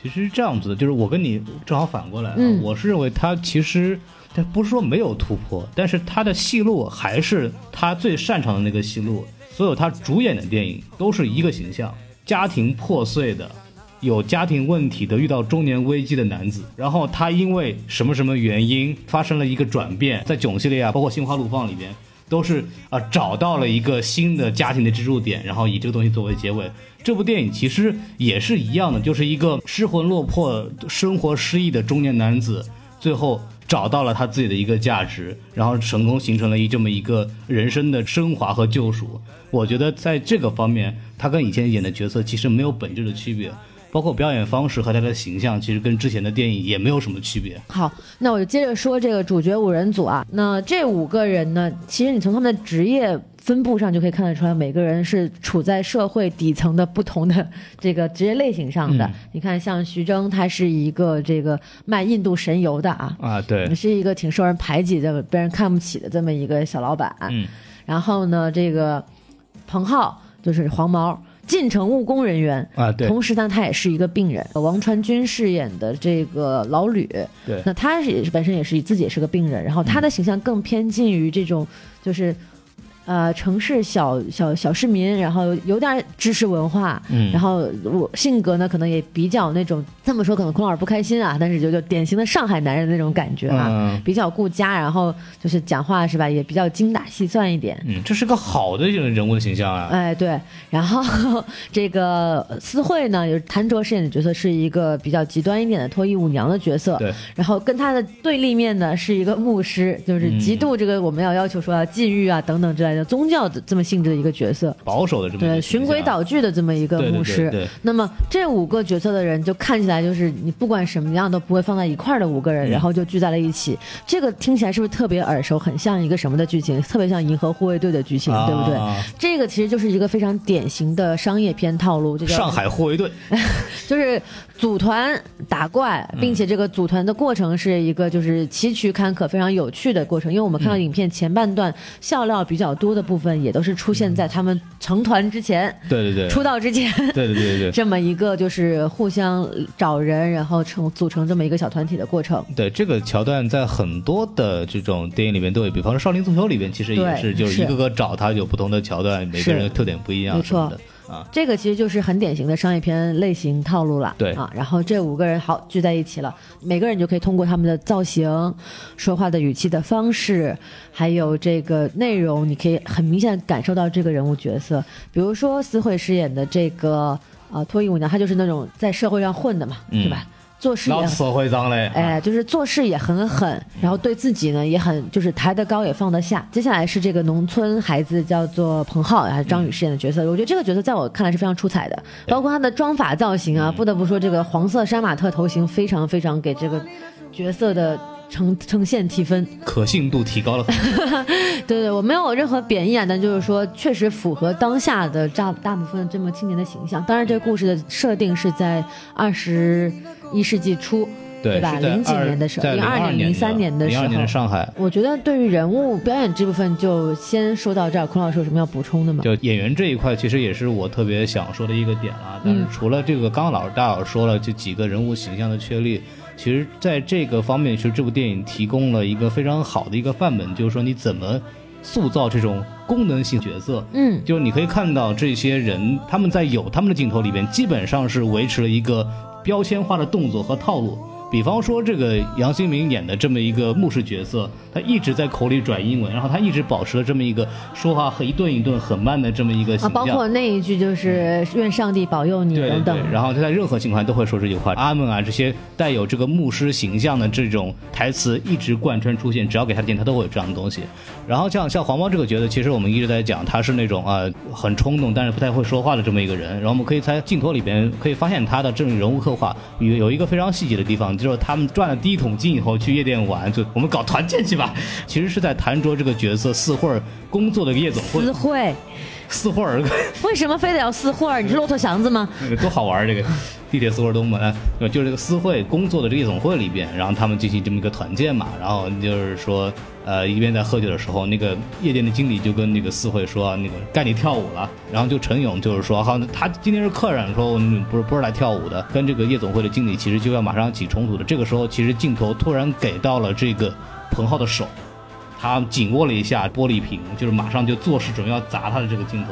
C: 其实是这样子的，就是我跟你正好反过来、啊，
B: 嗯
C: 我是认为他其实他不是说没有突破，但是他的戏路还是他最擅长的那个戏路。所有他主演的电影都是一个形象：家庭破碎的、有家庭问题的、遇到中年危机的男子。然后他因为什么什么原因发生了一个转变，在囧系列啊，包括《心花怒放》里边，都是啊、找到了一个新的家庭的支柱点，然后以这个东西作为结尾。这部电影其实也是一样的，就是一个失魂落魄、生活失意的中年男子，最后找到了他自己的一个价值，然后成功形成了一这么一个人生的升华和救赎。我觉得在这个方面，他跟以前演的角色其实没有本质的区别，包括表演方式和他的形象，其实跟之前的电影也没有什么区别。
B: 好，那我就接着说这个主角五人组啊。那这五个人呢，其实你从他们的职业分布上就可以看得出来，每个人是处在社会底层的不同的这个职业类型上的。
C: 嗯
B: 你看，像徐峥，他是一个这个卖印度神油的啊，
C: 啊，对
B: 也，是一个挺受人排挤的、被人看不起的这么一个小老板。
C: 嗯，
B: 然后呢，这个彭浩就是黄毛，进城务工人员。
C: 啊，对，
B: 同时呢，他也是一个病人。王传君饰演的这个老吕，
C: 对，嗯
B: 那他是也是本身也是自己也是个病人，然后他的形象更偏近于这种就是。呃，城市小小小市民，然后有点知识文化，
C: 嗯
B: 然后我性格呢，可能也比较那种这么说，可能孔老师不开心啊，但是就就典型的上海男人那种感觉啊，
C: 嗯
B: 比较顾家，然后就是讲话是吧，也比较精打细算一点，
C: 嗯，这是个好的人人物的形象啊。
B: 哎，对，然后这个思慧呢，就是谭卓饰演的角色是一个比较极端一点的脱衣舞娘的角色，
C: 对，
B: 然后跟他的对立面呢是一个牧师，就是极
C: 嗯
B: 度这个我们要要求说要禁欲啊等等之类的宗教的这么性质的一个角色，
C: 保守的这么一
B: 对，
C: 个形
B: 循规
C: 象
B: 蹈矩的这么一个
C: 嗯对对
B: 牧
C: 对
B: 师。
C: 对
B: 那么这五个角色的人，就看起来就是你不管什么样都不会放在一块儿的五个人，
C: 嗯
B: 然后就聚在了一起。这个听起来是不是特别耳熟？很像一个什么的剧情？特别像《银河护卫队》的剧情，对不对？
C: 啊
B: 这个其实就是一个非常典型的商业片套路，这叫
C: 上海护卫队，
B: 就是组团打怪，
C: 嗯
B: 并且这个组团的过程是一个就是崎岖坎坷、非常有趣的过程。因为我们看到影片前半段笑料比较多的部分，也都是出现在他们成团之前、
C: 对对嗯对，
B: 出道之前。
C: 对对对对对。
B: 这么一个就是互相找人，然后成组成这么一个小团体的过程，
C: 对这个桥段，在很多的这种电影里面都有，比方说《少林足球》里面，其实也
B: 对
C: 是，就是
B: 是
C: 一个个找他有不同的桥段，每
B: 是
C: 个人的特点不一样
B: 没
C: 什么
B: 错
C: 的啊。
B: 这个其实就是很典型的商业片类型套路了。
C: 对
B: 啊，然后这五个人好聚在一起了，每个人就可以通过他们的造型、说话的语气的方式，还有这个内容，你可以很明显地感受到这个人物角色。比如说思慧饰演的这个呃脱衣舞娘，她就是那种在社会上混的嘛，
C: 嗯
B: 对吧？做事也
C: 老
B: 很
C: 子所会脏嘞，啊
B: 哎，就是做事也很狠，然后对自己呢也很就是抬得高也放得下。接下来是这个农村孩子叫做彭浩，啊还是张宇饰演的角色，我觉得这个角色在我看来是非常出彩的，包括他的妆法造型啊，不得不说这个黄色杀马特头型非常非常给这个角色的。呈呈现提分，
C: 可信度提高了很多。
B: 对对，我没有任何贬义啊，但就是说确实符合当下的大大部分这么青年的形象。当然，这个故事的设定是在二十一世纪初，对吧
C: 是在
B: 零几
C: 二
B: 年的时候
C: 在
B: 02
C: 二
B: 年03年的
C: 零二
B: 时
C: 年
B: 候
C: 的上海，
B: 我觉得对于人物表演这部分，就先说到这儿。孔老师有什么要补充的吗？
C: 就演员这一块，其实也是我特别想说的一个点啊。
B: 嗯
C: 但是除了这个，刚刚老师大佬说了，这几个人物形象的确立，其实在这个方面，其实这部电影提供了一个非常好的一个范本，就是说你怎么塑造这种功能性角色。
B: 嗯，
C: 就是你可以看到这些人，他们在有他们的镜头里边，基本上是维持了一个标签化的动作和套路。比方说这个杨新民演的这么一个牧师角色，他一直在口里转英文，然后他一直保持了这么一个说话和一顿一顿很慢的这么一个形
B: 啊，
C: 象。嗯
B: 包括那一句就是“愿上帝保佑你”
C: 对对
B: 等等
C: 对，，然后他在任何情况下都会说这句话，阿门啊这些带有这个牧师形象的这种台词一直贯穿出现，只要给他的电，他都会有这样的东西。然后像像黄毛这个角色，其实我们一直在讲他是那种啊、很冲动，但是不太会说话的这么一个人。然后我们可以在镜头里边可以发现他的这种人物刻画有有一个非常细节的地方，就是他们赚了第一桶金以后去夜店玩，就我们搞团建去吧，其实是在谈着这个角色四会儿工作的夜总会
B: 私，会，
C: 四会儿。
B: 为什么非得要私会儿？你是骆驼祥子吗？
C: 那 个多好玩儿！这个地铁四会东门，呃 就是这个私会工作的这个夜总会里边，然后他们进行这么一个团建嘛，然后就是说，呃，一边在喝酒的时候，那个夜店的经理就跟那个私会说，那个该你跳舞了。然后就陈勇就是说，好，他今天是客人，说我们不是不是来跳舞的，跟这个夜总会的经理其实就要马上起冲突的。这个时候，其实镜头突然给到了这个彭浩的手。他紧握了一下玻璃瓶，就是马上就做事准备要砸他的这个镜头。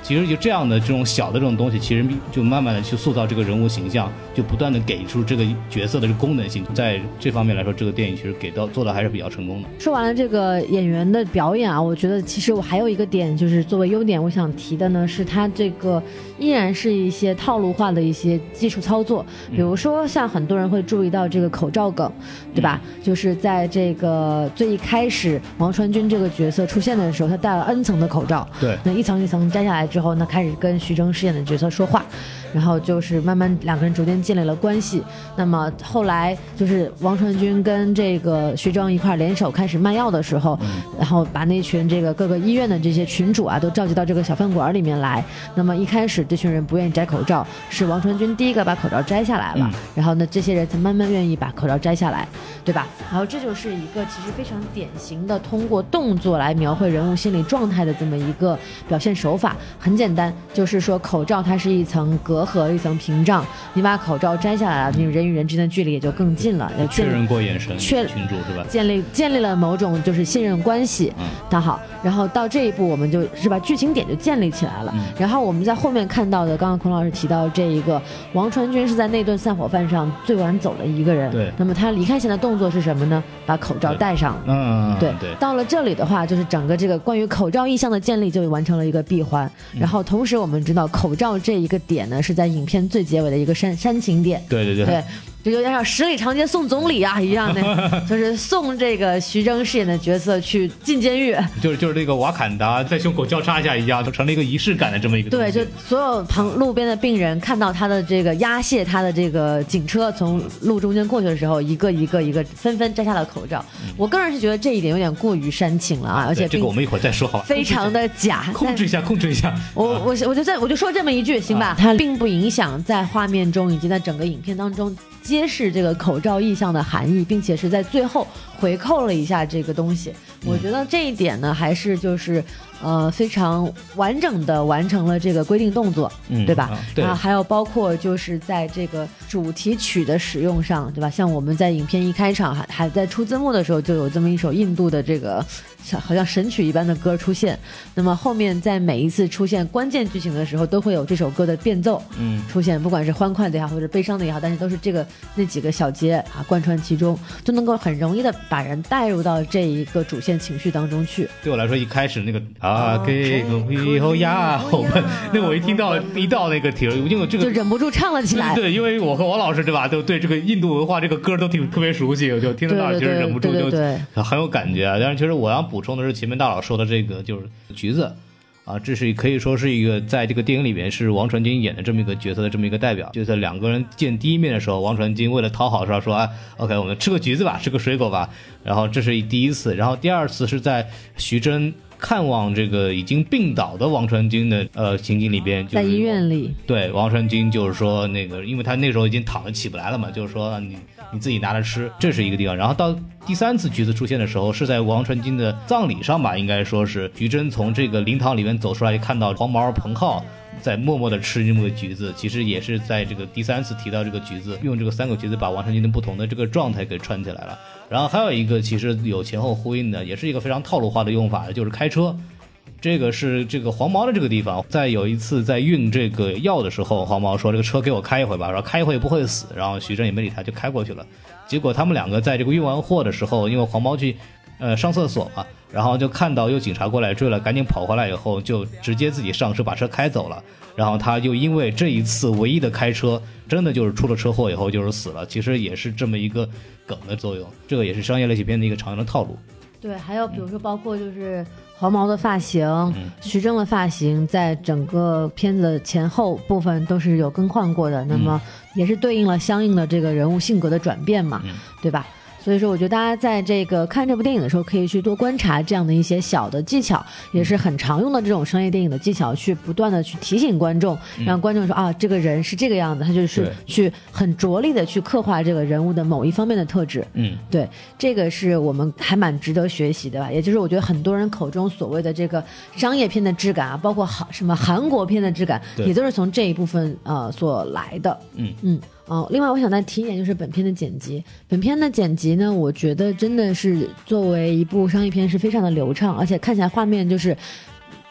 C: 其实就这样的这种小的这种东西，其实就慢慢的去塑造这个人物形象，就不断的给出这个角色的这个功能性。在这方面来说，这个电影其实给到做的还是比较成功的。
B: 说完了这个演员的表演啊，我觉得其实我还有一个点，就是作为优点，我想提的呢是他这个依然是一些套路化的一些技术操作，比如说像很多人会注意到这个口罩梗，对吧？就是在这个最一开始王传君这个角色出现的时候，他戴了 N 层的口罩，
C: 对
B: 那一层一层摘下来之后呢，开始跟徐峥饰演的角色说话，然后就是慢慢两个人逐渐建立了关系。那么后来就是王传君跟这个徐峥一块儿联手开始卖药的时候，然后把那群这个各个医院的这些群主啊都召集到这个小饭馆里面来。那么一开始这群人不愿意摘口罩，是王传君第一个把口罩摘下来了，
C: 嗯
B: 然后呢这些人才慢慢愿意把口罩摘下来，对吧？然后这就是一个其实非常典型的通过动作来描绘人物心理状态的这么一个表现手法。很简单，就是说口罩它是一层隔阂，一层屏障，你把口罩摘下来了，你人与人之间的距离也就更近了，也
C: 确
B: 建
C: 认
B: 立
C: 过眼神，
B: 确
C: 群主是吧？
B: 建立建立了某种就是信任关系。
C: 嗯，
B: 打好，然后到这一步，我们就是把剧情点就建立起来了。
C: 嗯
B: 然后我们在后面看到的，刚刚孔老师提到这一个王传君是在那顿散伙饭上最晚走的一个人。
C: 对
B: 那么他离开前的动作是什么呢？把口罩
C: 对
B: 戴上。
C: 嗯，
B: 对，
C: 对，
B: 到了这里的话，就是整个这个关于口罩意象的建立就完成了一个闭环。
C: 嗯
B: 然后同时我们知道，口罩这一个点呢，是在影片最结尾的一个煽煽情点。
C: 对对对
B: 对，就有点像十里长街送总理啊一样 的，就是送这个徐峥饰演的角色去进监狱。
C: 就是就是那个瓦坎达在胸口交叉一下一样，就成了一个仪式感的这么一个东
B: 对，
C: 西。
B: 就所有旁路边的病人看到他的这个押解他的这个警车从路中间过去的时候，一个一个一个纷纷摘下了口罩。我个人是觉得这一点有点过于煽情了啊，而
C: 嗯对
B: 且
C: 这
B: 并
C: 个我们一会儿再说好吧？
B: 非常的假。
C: 控制一啊下，控制一下。
B: 我我我就在我就说这么一句行吧，它并不影响在画面中以及在整个影片当中揭示这个口罩意象的含义，并且是在最后回扣了一下这个东西。
C: 嗯
B: 我觉得这一点呢，还是就是呃非常完整的完成了这个规定动作，
C: 嗯
B: 对吧？
C: 啊对
B: 然后还有包括就是在这个主题曲的使用上，对吧？像我们在影片一开场还还在出字幕的时候，就有这么一首印度的这个像好像神曲一般的歌出现。那么后面在每一次出现关键剧情的时候，都会有这首歌的变奏
C: 嗯，
B: 出现，不管是欢快的也好，或者悲伤的也好，但是都是这个那几个小节啊贯穿其中，就能够很容易的把人带入到这一个主线情绪当中去。
C: 对我来说，一开始那个啊，给个以后呀，我 们那我一听到一到那个题儿，因为这
B: 就
C: 个。
B: 忍不住唱了起来。
C: 对对，因为我和王老师对吧，都对这个印度文化这个歌都挺特别熟悉，我就听得到，
B: 对
C: 就是忍不住
B: 对
C: 就
B: 对对
C: 很有感觉啊。但是其实我想补充的是，前面大佬说的这个就是橘子。啊，这是可以说是一个在这个电影里面是王传君演的这么一个角色的这么一个代表。就在两个人见第一面的时候，王传君为了讨好说说啊，OK，我们吃个橘子吧，吃个水果吧。然后这是第一次，然后第二次是在徐峥看望这个已经病倒的王传君的呃情景里边，就是
B: 在医院里，
C: 对，王传君就是说那个，因为他那时候已经躺着起不来了嘛，就是说你你自己拿着吃，这是一个地方。然后到第三次橘子出现的时候，是在王传君的葬礼上吧，应该说是徐峥从这个灵堂里面走出来，看到黄毛彭浩。在默默地吃这么个橘子，其实也是在这个第三次提到这个橘子，用这个三个橘子把王传君的不同的这个状态给串起来了。然后还有一个其实有前后呼应的，也是一个非常套路化的用法，就是开车。这个是这个黄毛的这个地方，在有一次在运这个药的时候，黄毛说这个车给我开一会吧，然后开一会不会死，然后徐峥也没理他，就开过去了。结果他们两个在这个运完货的时候，因为黄毛去呃上厕所嘛，然后就看到有警察过来追了，赶紧跑回来以后就直接自己上车把车开走了。然后他又因为这一次唯一的开车，真的就是出了车祸以后就是死了。其实也是这么一个梗的作用，这个也是商业类型片的一个常用的套路。
B: 对，还有比如说包括就是黄毛的发型，徐峥的发型，在整个片子的前后部分都是有更换过的，那么也是对应了相应的这个人物性格的转变嘛，对吧？所以说，我觉得大家在这个看这部电影的时候，可以去多观察这样的一些小的技巧，也是很常用的这种商业电影的技巧，去不断的去提醒观众，让观众说啊，这个人是这个样子，他就是
C: 对
B: 去很着力的去刻画这个人物的某一方面的特质。
C: 嗯，
B: 对，这个是我们还蛮值得学习的吧？也就是我觉得很多人口中所谓的这个商业片的质感啊，包括韩什么韩国片的质感，
C: 对
B: 也都是从这一部分呃所来的。
C: 嗯
B: 嗯。哦，另外我想再提一点，就是本片的剪辑。本片的剪辑呢，我觉得真的是作为一部商业片是非常的流畅，而且看起来画面就是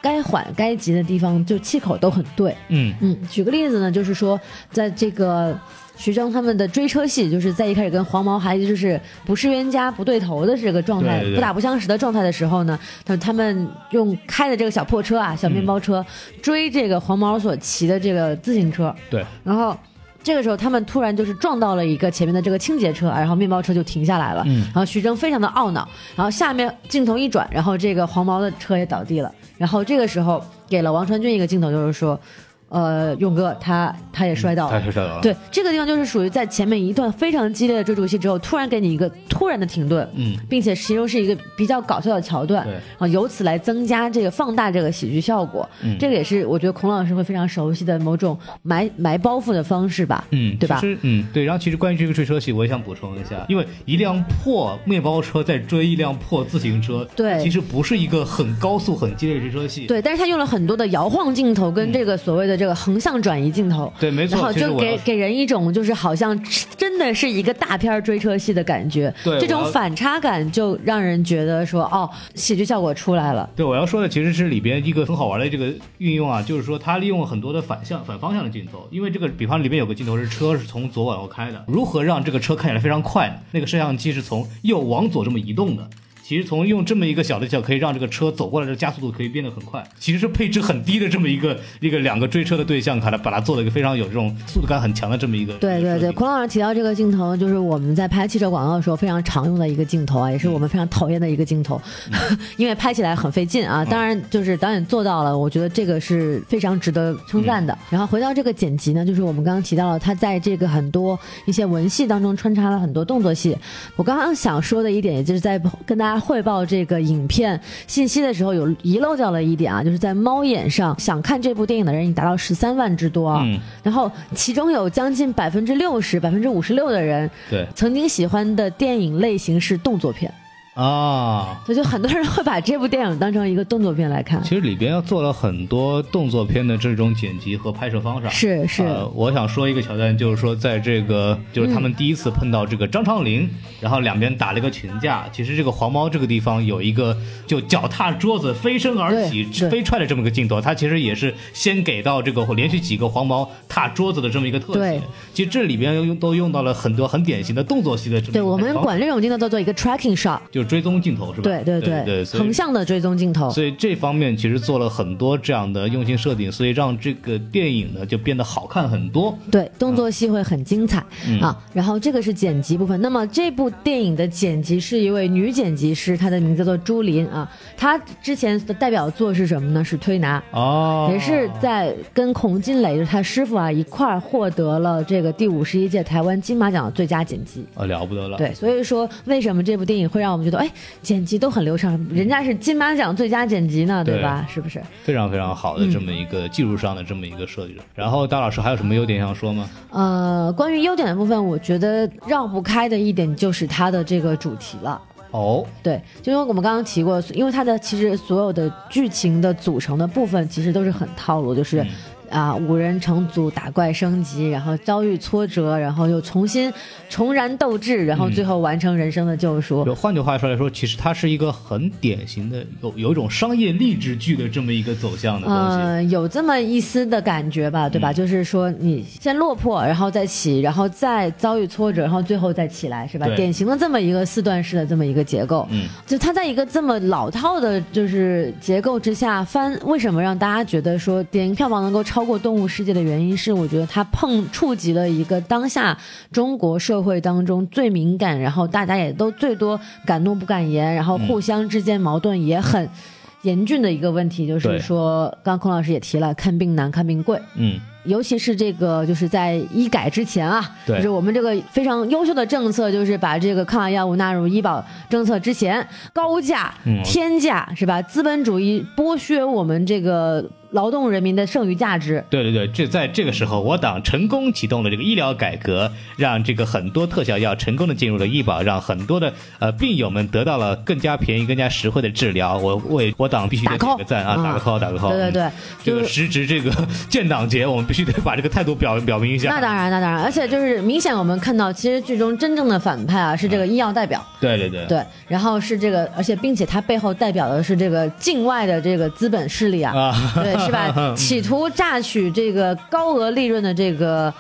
B: 该缓该急的地方，就气口都很对。
C: 嗯
B: 嗯，举个例子呢，就是说，在这个徐峥他们的追车戏，就是在一开始跟黄毛还就是不是冤家不对头的这个状态，
C: 对对对
B: 不打不相识的状态的时候呢，他他们用开的这个小破车啊，小
C: 嗯
B: 面包车、追这个黄毛所骑的这个自行车，
C: 对，
B: 然后。这个时候，他们突然就是撞到了一个前面的这个清洁车，然后面包车就停下来了。
C: 嗯
B: 然后徐峥非常的懊恼，然后下面镜头一转，然后这个黄毛的车也倒地了。然后这个时候给了王传君一个镜头，就是说，呃，勇哥他嗯他也摔倒了。
C: 太帅了。
B: 对，这个地方就是属于在前面一段非常激烈的追逐戏之后，突然给你一个突然的停顿，
C: 嗯，
B: 并且其中是一个比较搞笑的桥段，
C: 对
B: 然后由此来增加这个放大这个喜剧效果。这个也是我觉得孔老师会非常熟悉的某种埋埋包袱的方式吧，
C: 嗯，
B: 对吧
C: 其？实嗯，对。然后其实关于这个追车戏，我也想补充一下，因为一辆破面包车在追一辆破自行车，
B: 对
C: 其实不是一个很高速、很激烈的追车戏。
B: 对，但是他用了很多的摇晃镜头跟这个所谓的这个横向转移镜头，
C: 嗯对没错
B: 然后
C: 其实
B: 就
C: 我要
B: 给
C: 说
B: 给人一种就是好像真的是一个大片儿追车戏的感觉，
C: 对
B: 这
C: 我
B: 种
C: 要
B: 反差感就让人觉得说哦，喜剧效果出来了。
C: 对，我要说的其实是里边一个很好玩的这个运用啊，就是说它利用了很多的反向、反方向的镜头，因为这个，比方里面有个镜头是车是从左往右开的，如何让这个车看起来非常快呢？那个摄像机是从右往左这么移动的。其实从用这么一个小的角，可以让这个车走过来的加速度可以变得很快。其实是配置很低的这么一个一个两个追车的对象，把它把它做了一个非常有这种速度感很强的这么一个。
B: 对
C: 一
B: 对
C: 个设
B: 对，
C: 计
B: 孔老师提到这个镜头，就是我们在拍汽车广告的时候非常常用的一个镜头啊，也是我们非常讨厌的一个镜头， 因为拍起来很费劲啊。当然，就是导演做到了，我觉得这个是非常值得称赞的。然后回到这个剪辑呢，就是我们刚刚提到了，他在这个很多一些文戏当中穿插了很多动作戏。我刚刚想说的一点，也就是在跟大家汇报这个影片信息的时候，有遗漏掉了一点啊，就是在猫眼上想看这部电影的人已经达到十三万之多啊。
C: 嗯
B: 然后其中有将近百分之六十、百分之五十六的人
C: 对
B: 曾经喜欢的电影类型是动作片，
C: 啊，
B: 所以就很多人会把这部电影当成一个动作片来看。
C: 其实里边做了很多动作片的这种剪辑和拍摄方式啊，
B: 是是，
C: 呃，我想说一个桥段，就是说在这个就是他们第一次碰到这个张昌龄，然后两边打了一个群架。其实这个黄毛这个地方有一个就脚踏桌子飞身而起
B: 对对
C: 飞踹的这么一个镜头，它其实也是先给到这个连续几个黄毛踏桌子的这么一个特
B: 对
C: 写。其实这里边用都用到了很多很典型的动作戏的这么一个
B: 对我们
C: 方式
B: 管这种镜头叫做一个 tracking shot，
C: 就是追踪镜头是吧？
B: 对
C: 对
B: 对，
C: 所以
B: 横向的追踪镜头。
C: 所以这方面其实做了很多这样的用心设定，所以让这个电影呢就变得好看很多。
B: 对，动作戏会很精彩、啊。然后这个是剪辑部分。那么这部电影的剪辑是一位女剪辑师，她的名字叫做朱琳啊。她之前的代表作是什么呢？是《推拿》。
C: 哦，
B: 也是在跟孔金磊，就是他师傅啊，一块儿获得了这个第五十一届台湾金马奖的最佳剪辑。
C: 啊，了不得了。
B: 对，所以说为什么这部电影会让我们觉得，哎，剪辑都很流畅，人家是金马奖最佳剪辑呢，对
C: 对
B: 吧？是不是？
C: 非常非常好的这
B: 嗯
C: 么一个技术上的这么一个设计。然后大老师还有什么优点想说吗？
B: 呃，关于优点的部分，我觉得绕不开的一点就是它的这个主题了。
C: 哦，
B: 对，就因为我们刚刚提过，因为它的其实所有的剧情的组成的部分其实都是很套路，就是啊、五人成组打怪升级，然后遭遇挫折，然后又重新重燃斗志，然后最后完成人生的救赎。
C: 就换句话说来说，其实它是一个很典型的有有一种商业励志剧的这么一个走向的东西。
B: 嗯，有这么一丝的感觉吧，对吧？就是说你先落魄，然后再起，然后再遭遇挫折，然后最后再起来，是吧？
C: 对
B: 典型的这么一个四段式的这么一个结构。
C: 嗯，
B: 就它在一个这么老套的，就是结构之下翻，为什么让大家觉得说电影票房能够超过《动物世界》的原因是，我觉得它碰触及了一个当下中国社会当中最敏感，然后大家也都最多敢怒不敢言，然后互相之间矛盾也很。严峻的一个问题，就是
C: 对
B: 说，刚刚孔老师也提了，看病难，看病贵，
C: 嗯，
B: 尤其是这个就是在医改之前啊，
C: 对
B: 就是我们这个非常优秀的政策，就是把这个抗癌药物纳入医保政策之前，高价、
C: 嗯
B: 天价是吧？资本主义剥削我们这个劳动人民的剩余价值，
C: 对对对，这在这个时候，我党成功启动了这个医疗改革，让这个很多特效药成功的进入了医保，让很多的呃病友们得到了更加便宜、更加实惠的治疗。我为我党必须
B: 打
C: 得
B: call
C: 点个赞啊！
B: 啊
C: 打个 call，打个 call。
B: 对对对
C: 嗯这
B: 就
C: 个
B: 是
C: 时值这个 建党节，我们必须得把这个态度表表明一下。
B: 那当然，那当然，而且就是明显我们看到，其实剧中真正的反派啊是这个医药代表，
C: 对嗯对对。
B: 对，然后是这个，而且并且它背后代表的是这个境外的这个资本势力啊，
C: 啊
B: 对，是 吧？企图榨取这个高额利润的这个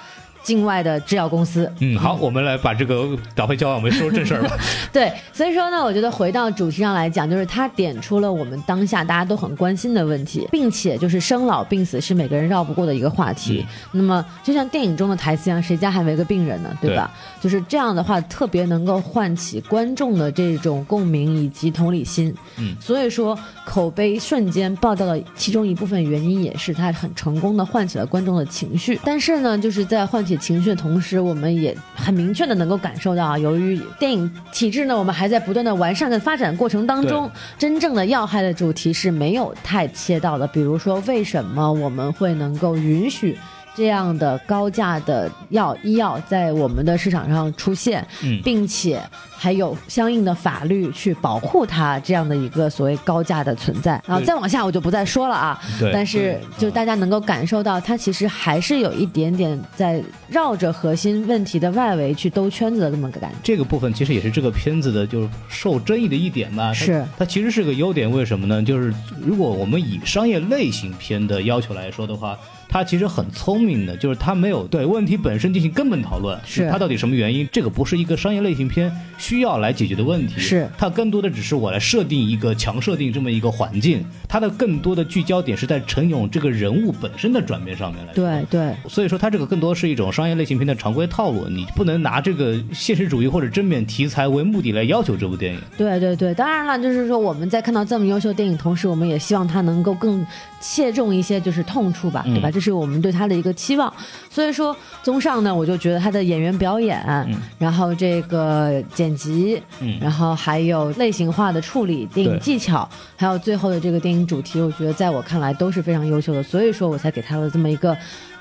B: 境外的制药公司，
C: 嗯，好，我们来把这个党费交完，我们说正事儿吧。
B: 对，所以说呢，我觉得回到主题上来讲，就是它点出了我们当下大家都很关心的问题，并且就是生老病死是每个人绕不过的一个话题。那么就像电影中的台词一样，谁家还没个病人呢？对吧？就是这样的话，特别能够唤起观众的这种共鸣以及同理心。
C: 嗯
B: 所以说口碑瞬间爆掉的其中一部分原因也是它很成功的唤起了观众的情绪。但是呢，就是在唤起情绪的同时，我们也很明确的能够感受到啊，由于电影体制呢，我们还在不断的完善跟发展过程当中，真正的要害的主题是没有太切到的。比如说，为什么我们会能够允许？这样的高价的药医药在我们的市场上出现，
C: 嗯
B: 并且还有相应的法律去保护它这样的一个所谓高价的存在。然后
C: 对
B: 再往下我就不再说了啊，
C: 对
B: 但是就
C: 嗯
B: 大家能够感受到，它其实还是有一点点在绕着核心问题的外围去兜圈子的这么个感觉。
C: 这个部分其实也是这个片子的就是受争议的一点吧。它
B: 是
C: 它其实是个优点，为什么呢？就是如果我们以商业类型片的要求来说的话，它其实很聪明的，就是它没有对问题本身进行根本讨论，
B: 是
C: 它到底什么原因，这个不是一个商业类型片需要来解决的问题。
B: 是
C: 它更多的只是我来设定一个强设定这么一个环境，它的更多的聚焦点是在陈勇这个人物本身的转变上面来说。
B: 对对，
C: 所以说，它这个更多是一种商业类型片的常规套路，你不能拿这个现实主义或者正面题材为目的来要求这部电影。
B: 对对对，当然了，就是说我们在看到这么优秀的电影同时，我们也希望它能够更切中一些就是痛处
C: 嗯
B: 吧，对吧？这是我们对它的一个期望。所以说，综上呢，我就觉得它的演员表演，然后这个剪辑，
C: 嗯
B: 然后还有类型化的处理、电影
C: 对
B: 技巧，还有最后的这个电影主题，我觉得在我看来都是非常优秀的，所以说我才给它了这么一个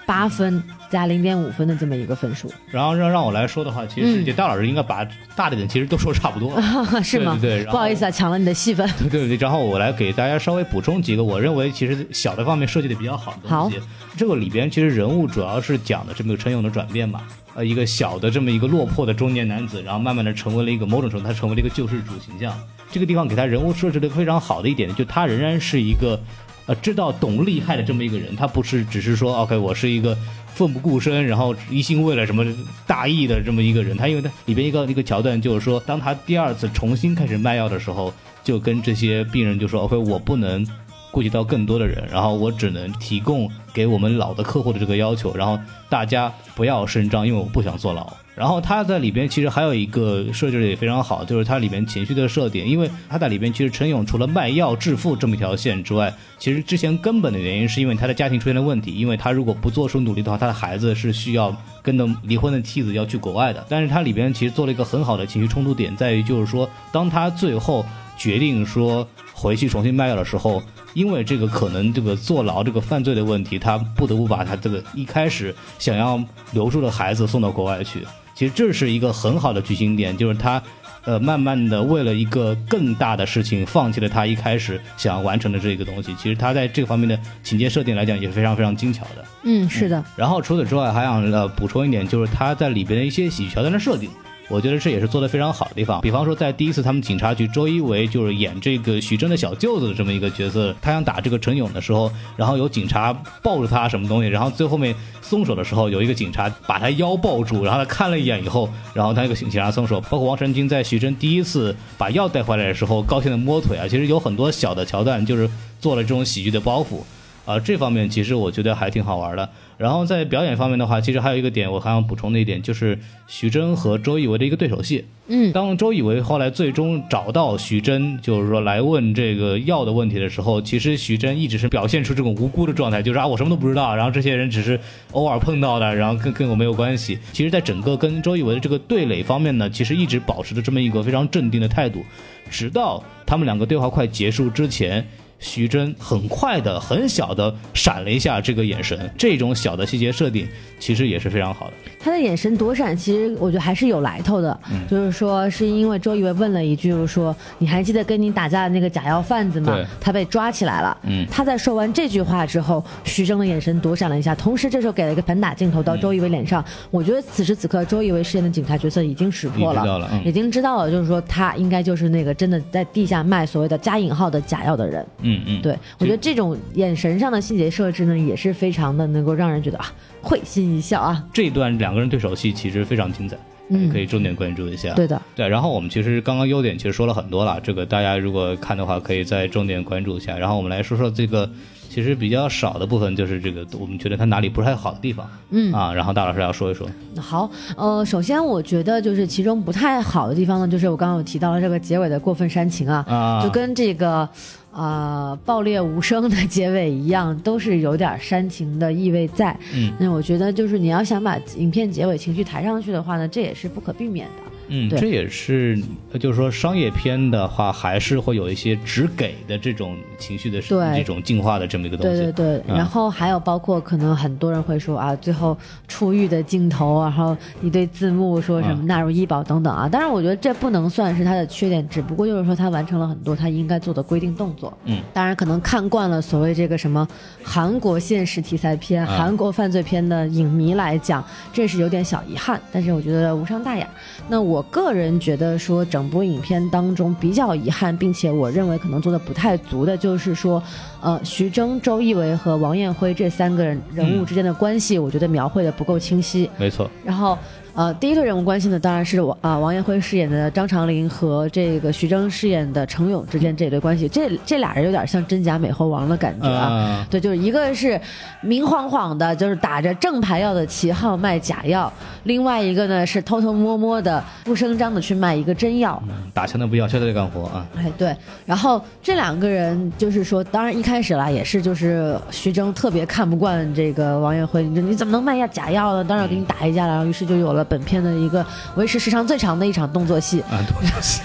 B: 八
C: 嗯
B: 分加零点五分的这么一个分数，
C: 然后让让我来说的话，其实这大老师应该把大的点其实都说差不多了。
B: 是吗？
C: 对对对然后
B: 不好意思啊，抢了你的戏份。
C: 对对对，然后我来给大家稍微补充几个我认为其实小的方面设计的比较好的东西。这个里边其实人物主要是讲的这么一个陈勇的转变嘛，呃，一个小的这么一个落魄的中年男子，然后慢慢的成为了一个某种程度他成为了一个救世主形象。这个地方给他人物设置的非常好的一点，就他仍然是一个。呃，知道懂厉害的这么一个人，他不是只是说 OK，我是一个奋不顾身，然后一心为了什么大义的这么一个人。他因为他里边一个一个桥段就是说，当他第二次重新开始卖药的时候，就跟这些病人就说 OK，我不能顾及到更多的人，然后我只能提供给我们老的客户的这个要求，然后大家不要声张，因为我不想坐牢。然后他在里边其实还有一个设置的也非常好，就是它里边情绪的设点，因为他在里边其实陈勇除了卖药致富这么一条线之外，其实之前根本的原因是因为他的家庭出现了问题，因为他如果不做出努力的话，他的孩子是需要跟着离婚的妻子要去国外的。但是他里边其实做了一个很好的情绪冲突点，在于就是说，当他最后决定说回去重新卖药的时候，因为这个可能这个坐牢这个犯罪的问题，他不得不把他这个一开始想要留住的孩子送到国外去。其实这是一个很好的剧情点，就是他呃，慢慢的为了一个更大的事情，放弃了他一开始想要完成的这个东西。其实他在这个方面的情节设定来讲也是非常非常精巧的。
B: 嗯，是的，
C: 然后除此之外，还想呃补充一点，就是它在里边的一些喜剧桥段的设定。我觉得这也是做的非常好的地方。比方说，在第一次他们警察局，周一围就是演这个徐峥的小舅子的这么一个角色，他想打这个陈勇的时候，然后有警察抱住他什么东西，然后最后面松手的时候，有一个警察把他腰抱住，然后他看了一眼以后，然后他那个警察松手。包括王传君在徐峥第一次把药带回来的时候，高兴的摸腿啊，其实有很多小的桥段，就是做了这种喜剧的包袱。啊，这方面其实我觉得还挺好玩的。然后在表演方面的话，其实还有一个点我还想补充的一点，就是徐峥和周一围的一个对手戏。
B: 嗯，
C: 当周以为后来最终找到徐峥，就是说来问这个药的问题的时候，其实徐峥一直是表现出这种无辜的状态，就是啊我什么都不知道，然后这些人只是偶尔碰到的，然后跟跟我没有关系。其实，在整个跟周以为的这个对垒方面呢，其实一直保持着这么一个非常镇定的态度，直到他们两个对话快结束之前。徐峥很快的、很小的闪了一下这个眼神，这种小的细节设定其实也是非常好的。
B: 他的眼神躲闪，其实我觉得还是有来头的。
C: 嗯
B: 就是说，是因为周一围问了一句，就是说你还记得跟你打架的那个假药贩子吗
C: 对？
B: 他被抓起来了。
C: 嗯
B: 他在说完这句话之后，徐峥的眼神躲闪了一下，同时这时候给了一个反打镜头
C: 嗯
B: 到周一围脸上。我觉得此时此刻，周一围饰演的警察角色已经识破
C: 已经
B: 了，
C: 知道了嗯
B: 已经知道了就是说他应该就是那个真的在地下卖所谓的加引号的假药的人。
C: 嗯嗯，
B: 对，我觉得这种眼神上的细节设置呢，也是非常的能够让人觉得啊，会心一笑啊。
C: 这段两个人对手戏其实非常精彩，
B: 嗯
C: 可以重点关注一下。
B: 对的，
C: 对，然后我们其实刚刚优点其实说了很多了，这个大家如果看的话，可以再重点关注一下。然后我们来说说这个其实比较少的部分，就是这个我们觉得它哪里不太好的地方。嗯啊，然后大老师要说一说。
B: 好，呃，首先我觉得就是其中不太好的地方呢，就是我刚刚有提到了这个结尾的过分煽情啊，
C: 啊
B: 就跟这个呃爆裂无声的结尾一样，都是有点煽情的意味在。
C: 嗯，
B: 那我觉得就是你要想把影片结尾情绪抬上去的话呢，这也是不可避免的。
C: 嗯，
B: 对
C: 这也是呃就是说商业片的话，还是会有一些只给的这种情绪的
B: 对
C: 这种进化的这么一个东
B: 对
C: 西。
B: 对对，
C: 嗯
B: 然后还有包括可能很多人会说啊，最后出狱的镜头，啊然后一堆字幕说什么
C: 嗯
B: 纳入医保等等啊。当然，我觉得这不能算是他的缺点，只不过就是说他完成了很多他应该做的规定动作。
C: 嗯，
B: 当然可能看惯了所谓这个什么韩国现实题材片、
C: 啊
B: 韩国犯罪片的影迷来讲，这是有点小遗憾，但是我觉得无伤大雅。那我个人觉得说，整部影片当中比较遗憾，并且我认为可能做的不太足的，就是说，呃，徐峥、周一围和王彦辉这三个人人物之间的关系，我觉得描绘的不够清晰。
C: 没错。
B: 然后，呃，第一对人物关系呢，当然是王啊、王彦辉饰演的张长林和这个徐峥饰演的程勇之间这对关系，这这俩人有点像真假美猴王的感觉啊。
C: 呃，
B: 对，就是一个是明晃晃的，就是打着正牌药的旗号卖假药；另外一个呢是偷偷摸摸的、不声张的去卖一个真药。
C: 呃打枪的不要，现在干活啊。
B: 哎，对，然后这两个人就是说，当然一开始啦，也是就是徐峥特别看不惯这个王彦辉，你你怎么能卖呀假药呢？啊当然
C: 嗯
B: 要给你打一架了，然后于是就有了本片的一个维持时长最长的一场动作戏。
C: 啊，动作戏，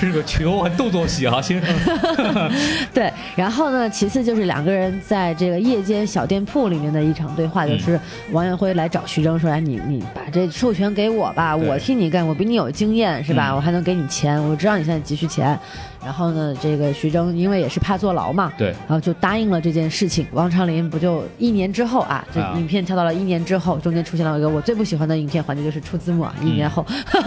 C: 这是个球还动作戏啊，先生。
B: 对，然后呢，其次就是两个人在这个夜间小店铺里面的一场对话，
C: 嗯
B: 就是王彦辉来找徐峥说：“哎，你你把这授权给我吧，
C: 对
B: 我替你干，我比你有经验是吧？
C: 嗯
B: 我还能给你钱，我知道你现在急需钱。”然后呢，这个徐峥因为也是怕坐牢嘛，
C: 对，
B: 然后就答应了这件事情。王昌龄不就一年之后啊，这
C: 啊
B: 影片跳到了一年之后，中间出现了一个我最不喜欢的影片环节，就是出字幕啊，一年后，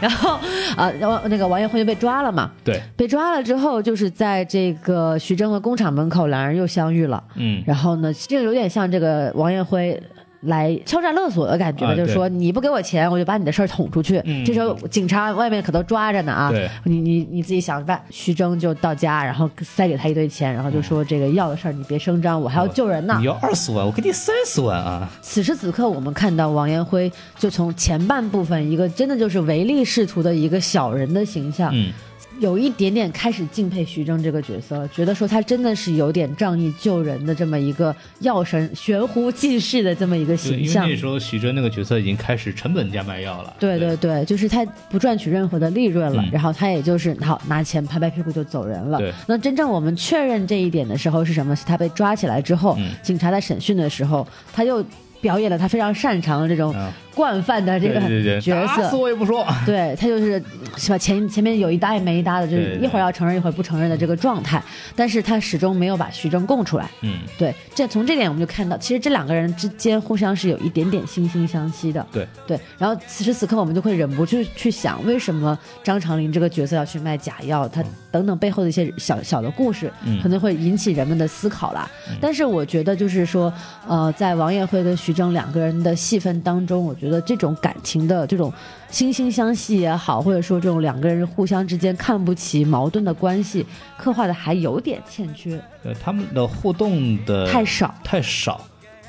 B: 然后啊，王那个王彦辉就被抓了嘛，
C: 对，
B: 被抓了之后，就是在这个徐峥的工厂门口，两人又相遇了。
C: 嗯，
B: 然后呢，这个有点像这个王彦辉。来敲诈勒索的感觉吧，
C: 啊
B: 就是说你不给我钱，我就把你的事儿捅出去。
C: 嗯
B: 这时候警察外面可都抓着呢啊
C: 对！
B: 你你你自己想办。徐峥就到家，然后塞给他一堆钱，然后就说这个要的事儿你别声张，我还要救人呢
C: 你。要二十万，我给你三十万啊。
B: 此时此刻，我们看到王彦辉就从前半部分一个真的就是唯利是图的一个小人的形象，
C: 嗯，
B: 有一点点开始敬佩徐峥这个角色了，觉得说他真的是有点仗义救人的这么一个药神悬壶济世的这么一个
C: 对，
B: 形
C: 因为
B: 象
C: 那。时候徐峥那个角色已经开始成本价卖药了。
B: 对对对，就是他不赚取任何的利润了，
C: 嗯
B: 然后他也就是好拿钱拍拍屁股就走人了
C: 对。
B: 那真正我们确认这一点的时候是什么？是他被抓起来之后，
C: 嗯
B: 警察在审讯的时候，他又表演了他非常擅长的这种
C: 嗯
B: 惯犯的这
C: 对
B: 个
C: 对对，
B: 角色，
C: 打死我也不 说。
B: 对他就是是吧？前前面有一搭也没一搭的，就
C: 对
B: 是
C: 对
B: 一会儿要承认一会儿不承认的这个状态，但是他始终没有把徐峥供出来。
C: 嗯，
B: 对，这从这点我们就看到，其实这两个人之间互相是有一点点惺惺相惜的。
C: 对
B: 对，然后此时此刻我们就会忍不住去想，为什么张长林这个角色要去卖假药，他等等背后的一些小小的故事，可能会引起人们的思考啦。但是我觉得就是说，呃，在王艳辉跟徐峥两个人的戏份当中，我觉得这种感情的这种惺惺相惜也好，或者说这种两个人互相之间看不起矛盾的关系，刻画的还有点欠缺，
C: 呃，他们的互动的
B: 太少。
C: 太少。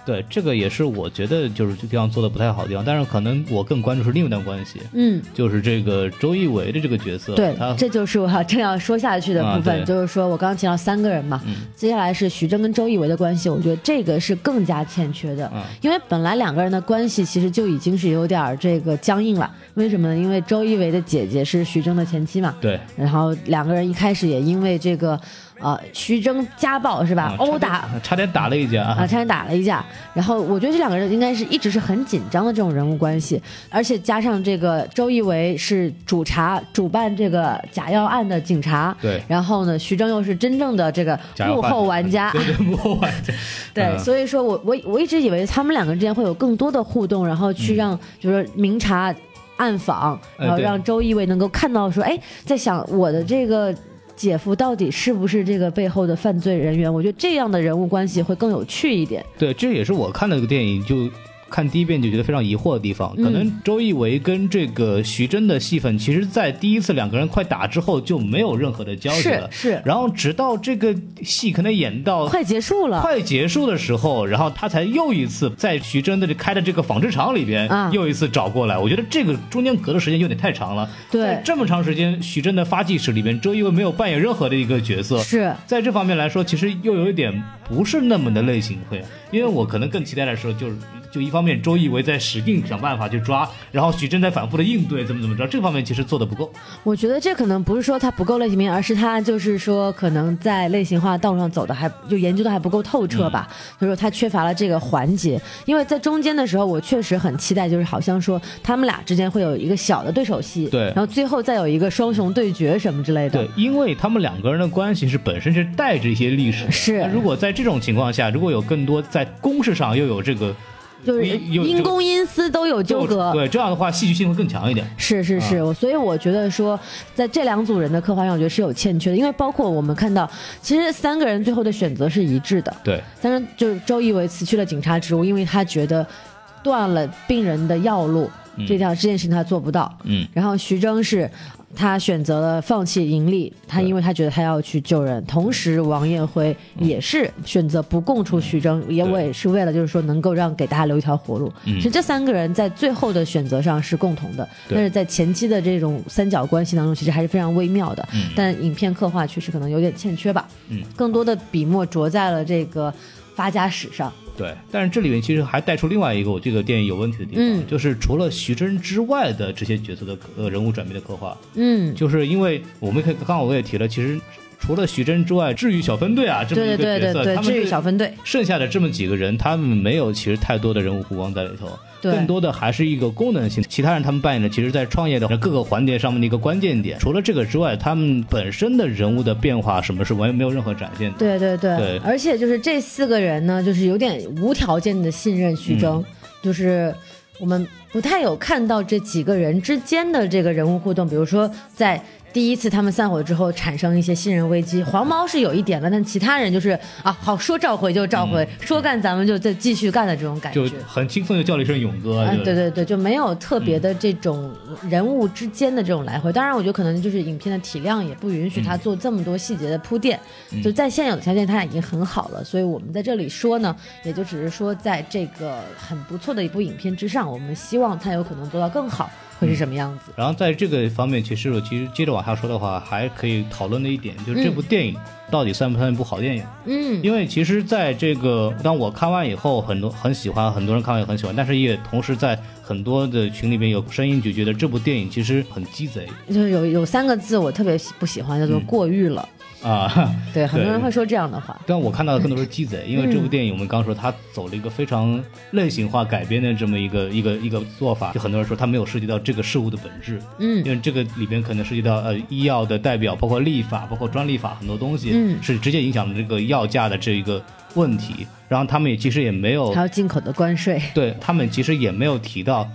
C: 对，这个也是我觉得就是这地方做的不太好的地方，但是可能我更关注是另一段关系，
B: 嗯，
C: 就是这个周一围的这个角色，
B: 对
C: 他，
B: 这就是我要 正要说下去的部
C: 啊
B: 分，
C: 对嗯
B: 就是说我刚刚提到三个人嘛，接下来是徐峥跟周一围的关系，我觉得这个是更加欠缺的，
C: 嗯
B: 因为本来两个人的关系其实就已经是有点儿这个僵硬了，为什么呢？因为周一围的姐姐是徐峥的前妻嘛，
C: 对
B: 然后两个人一开始也因为这个，呃，徐峥家暴是吧，
C: 啊
B: 殴
C: 差点
B: 打
C: 差点打了一架
B: 啊，
C: 啊，
B: 差点打了一架。然后我觉得这两个人应该是一直是很紧张的这种人物关系，而且加上这个周一围是主查主办这个假药案的警察，
C: 对
B: 然后呢，徐峥又是真正的这个
C: 假药
B: 幕
C: 贩
B: 后
C: 子
B: 玩家，
C: 对对幕后玩家，
B: 对，
C: 嗯
B: 所以说我我我一直以为他们两个人之间会有更多的互动，然后去让、就是明察暗访，
C: 呃
B: 然后
C: 嗯对
B: 让周一围能够看到说，哎，在想我的这个。姐夫到底是不是这个背后的犯罪人员？我觉得这样的人物关系会更有趣一点。
C: 对，这也是我看那个电影就。看第一遍就觉得非常疑惑的地方，可
B: 嗯
C: 能周一围跟这个徐峥的戏份，其实，在第一次两个人快打之后就没有任何的交集
B: 是
C: 了。
B: 是，
C: 然后直到这个戏可能演到
B: 快结束了。
C: 快结束的时候，然后他才又一次在徐峥的这开的这个纺织厂里边，
B: 啊
C: 又一次找过来。我觉得这个中间隔的时间有点太长了。
B: 对
C: 在这么长时间，徐峥的发迹史里边，周一围没有扮演任何的一个角色。
B: 是
C: 在这方面来说，其实又有一点不是那么的类型会，因为我可能更期待的是，就是就一方面周一围在使劲想办法去抓，然后徐峥在反复的应对，怎么怎么着，这方面其实做的不够。
B: 我觉得这可能不是说他不够类型片，而是他就是说可能在类型化道路上走的还就研究的还不够透
C: 嗯
B: 彻吧，所以说他缺乏了这个环节。因为在中间的时候，我确实很期待，就是好像说他们俩之间会有一个小的对手戏，
C: 对
B: 然后最后再有一个双雄对决什么之类的
C: 对。，因为他们两个人的关系是本身是带着一些历史的。
B: 是
C: 那如果在这种情况下，如果有更多在公事上又有这个
B: 就是
C: 有有
B: 因公因私都有纠葛，
C: 对这样的话戏剧性会更强一点。
B: 是是是，我、所以我觉得说，在这两组人的刻画上，我觉得是有欠缺的，因为包括我们看到，其实三个人最后的选择是一致的，
C: 对，
B: 但是就是周一围辞去了警察职务，因为他觉得断了病人的药路，这条这件事情他做不到。
C: 嗯，
B: 然后徐峥是他选择了放弃盈利，他因为他觉得他要去救人。同时，王艳辉也是选择不供出徐峥，也
C: 对
B: 我也是为了就是说能够让给大家留一条活路。其实这三个人在最后的选择上是共同的，
C: 嗯对
B: 但是在前期的这种三角关系当中，其实还是非常微妙的。但影片刻画确实可能有点欠缺吧。
C: 嗯，
B: 更多的笔墨着在了这个发家史上。
C: 对。但是这里面其实还带出另外一个我这个电影有问题的地方，
B: 嗯
C: 就是除了徐峥之外的这些角色的刻呃人物转变的刻画，
B: 嗯，
C: 就是因为我们可以刚刚我也提了，其实除了徐峥之外，治愈小分队啊这么
B: 对
C: 一个角
B: 对对
C: 色，
B: 对对，
C: 他们
B: 至于
C: 对
B: 小分队，
C: 剩下的这么几个人，他们没有其实太多的人物弧光在里头，
B: 对
C: 更多的还是一个功能性。其他人他们扮演的，其实在创业的各个环节上面的一个关键点。除了这个之外，他们本身的人物的变化，什么是完全没有任何展现的。
B: 对对对，
C: 对
B: 而且就是这四个人呢，就是有点无条件的信任徐
C: 嗯
B: 峥，就是我们不太有看到这几个人之间的这个人物互动，比如说在。第一次他们散伙之后产生一些信任危机，黄毛是有一点的，但其他人就是啊，好说召回就召回，说干咱们就再继续干的这种感觉，
C: 嗯就很轻松就叫了一声勇哥，
B: 哎
C: 就，
B: 对对对，就没有特别的这种人物之间的这种来回。当然，我觉得可能就是影片的体量也不允许他做这么多细节的铺垫，
C: 嗯
B: 就在现有的条件他已经很好了。所以我们在这里说呢，也就只是说在这个很不错的一部影片之上，我们希望他有可能做到更好，会是什么样子？
C: 然后在这个方面，其实我其实接着往下说的话，还可以讨论的一点就是这部电影到底算不算一部好电影？
B: 嗯，
C: 因为其实在这个当我看完以后，很多很喜欢，很多人看完也很喜欢，但是也同时在很多的群里边有声音就觉得这部电影其实很鸡贼，嗯
B: 就是有有三个字我特别喜不喜欢，叫做过誉了。
C: 啊。
B: 对，很多人
C: 对
B: 会说这样的话。
C: 但我看到的更多是鸡贼，因为这部电影我们刚说它走了一个非常类型化改编的这么一个一个一个做法，就很多人说它没有涉及到这个事物的本质，
B: 嗯
C: 因为这个里边可能涉及到呃医药的代表，包括立法，包括专利法很多东西，
B: 嗯
C: 是直接影响了这个药价的这一个问题。然后他们也其实也没有
B: 还有进口的关税，
C: 对他们其实也没有提到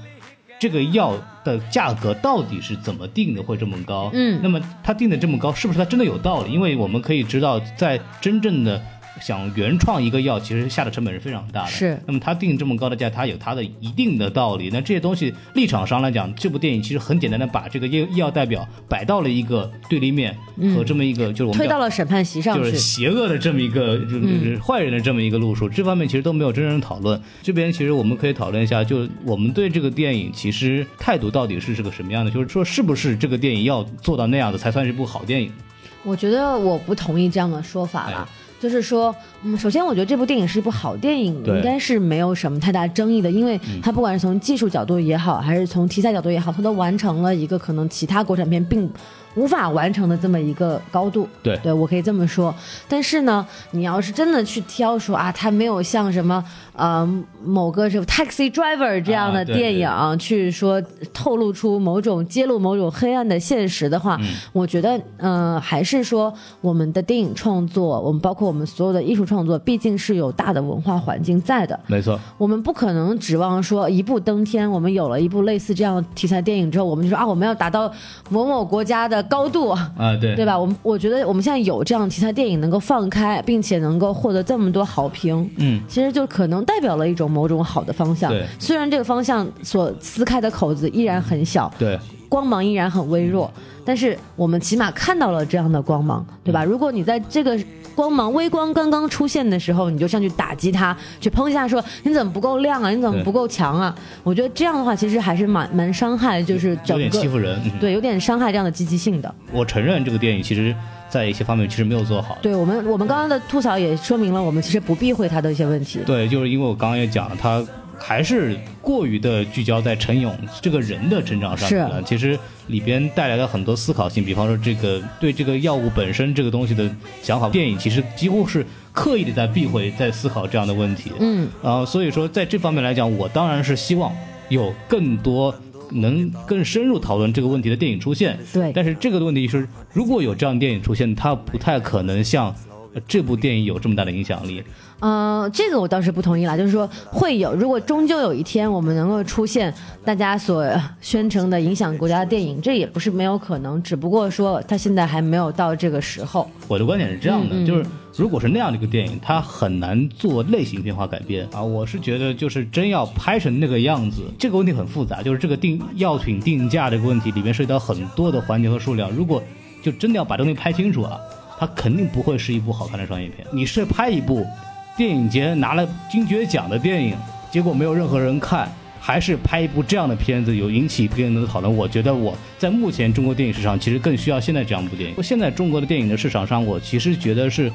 C: 这个药的价格到底是怎么定的会这么高。
B: 嗯
C: 那么它定的这么高，是不是它真的有道理？因为我们可以知道，在真正的想原创一个药，其实下的成本是非常大的。
B: 是
C: 那么它定这么高的价，它有它的一定的道理。那这些东西，立场上来讲，这部电影其实很简单的把这个医医药代表摆到了一个对立面和这么一个、就是我们
B: 嗯推
C: 叫
B: 到了审判席上
C: 就是
B: 去。
C: 邪恶的这么一个，就
B: 嗯
C: 就是坏人的这么一个路数，这方面其实都没有真正讨论。这边其实我们可以讨论一下，就我们对这个电影其实态度到底是是个什么样的？就是说，是不是这个电影要做到那样的才算是一部好电影？
B: 我觉得我不同意这样的说法啦。
C: 哎
B: 就是说，嗯，首先我觉得这部电影是一部好电影，
C: 对嗯
B: 应该是没有什么太大争议的，因为它不管是从技术角度也好，还是从题材角度也好，它都完成了一个可能其他国产片并无法完成的这么一个高度。
C: 对
B: 对我可以这么说。但是呢，你要是真的去挑说啊，它没有像什么呃某个什么 Taxi Driver 这样
C: 啊
B: 的
C: 对
B: 电
C: 对
B: 影、去说透露出某种揭露某种黑暗的现实的
C: 嗯
B: 话，我觉得呃还是说我们的电影创作，我们包括我们所有的艺术创作，毕竟是有大的文化环境在的。
C: 没错，
B: 我们不可能指望说一步登天。我们有了一部类似这样的题材电影之后，我们就说啊，我们要达到某某国家的高度，
C: 啊，对，
B: 对吧？我们我觉得我们现在有这样题材电影能够放开，并且能够获得这么多好评，
C: 嗯，
B: 其实就可能代表了一种某种好的方向
C: 对。
B: 虽然这个方向所撕开的口子依然很小，
C: 对，
B: 光芒依然很微弱，
C: 嗯
B: 但是我们起码看到了这样的光芒，对
C: 嗯
B: 吧？如果你在这个光芒微光刚刚出现的时候，你就上去打击它，去抨击它，说你怎么不够亮啊，你怎么
C: 对
B: 不够强啊？我觉得这样的话，其实还是蛮蛮伤害，就是
C: 有
B: 整
C: 点欺
B: 个
C: 负人。嗯
B: 对有点伤害这样的积极性的。
C: 我承认这个电影其实在一些方面其实没有做好。
B: 对我们我们刚刚的吐槽也说明了，我们其实不避讳它的一些问题。
C: 对，就是因为我刚刚也讲了，他还是过于的聚焦在陈勇这个人的成长上面了。其实里边带来了很多思考性，比方说这个对这个药物本身这个东西的想法，电影其实几乎是刻意的在避讳，在思考这样的问题。
B: 嗯，
C: 啊、所以说在这方面来讲，我当然是希望有更多能更深入讨论这个问题的电影出现。
B: 对
C: 但是这个问题是，如果有这样的电影出现，它不太可能像呃这部电影有这么大的影响力。
B: 呃，这个我倒是不同意啦，就是说会有，如果终究有一天我们能够出现大家所呃宣称的影响国家的电影，这也不是没有可能，只不过说它现在还没有到这个时候。
C: 我的观点是这样的，就是如果是那样的一个电影，它很难做类型片化改编啊。我是觉得，就是真要拍成那个样子，这个问题很复杂，就是这个定药品定价这个问题里面涉及到很多的环节和数量。如果就真的要把这东西拍清楚了，它肯定不会是一部好看的商业片。你是拍一部电影节拿了金爵奖的电影，结果没有任何人看。还是拍一部这样的片子有引起更多的讨论。我觉得我在目前中国电影市场其实更需要现在这样一部电影。现在中国的电影的市场上，我其实觉得是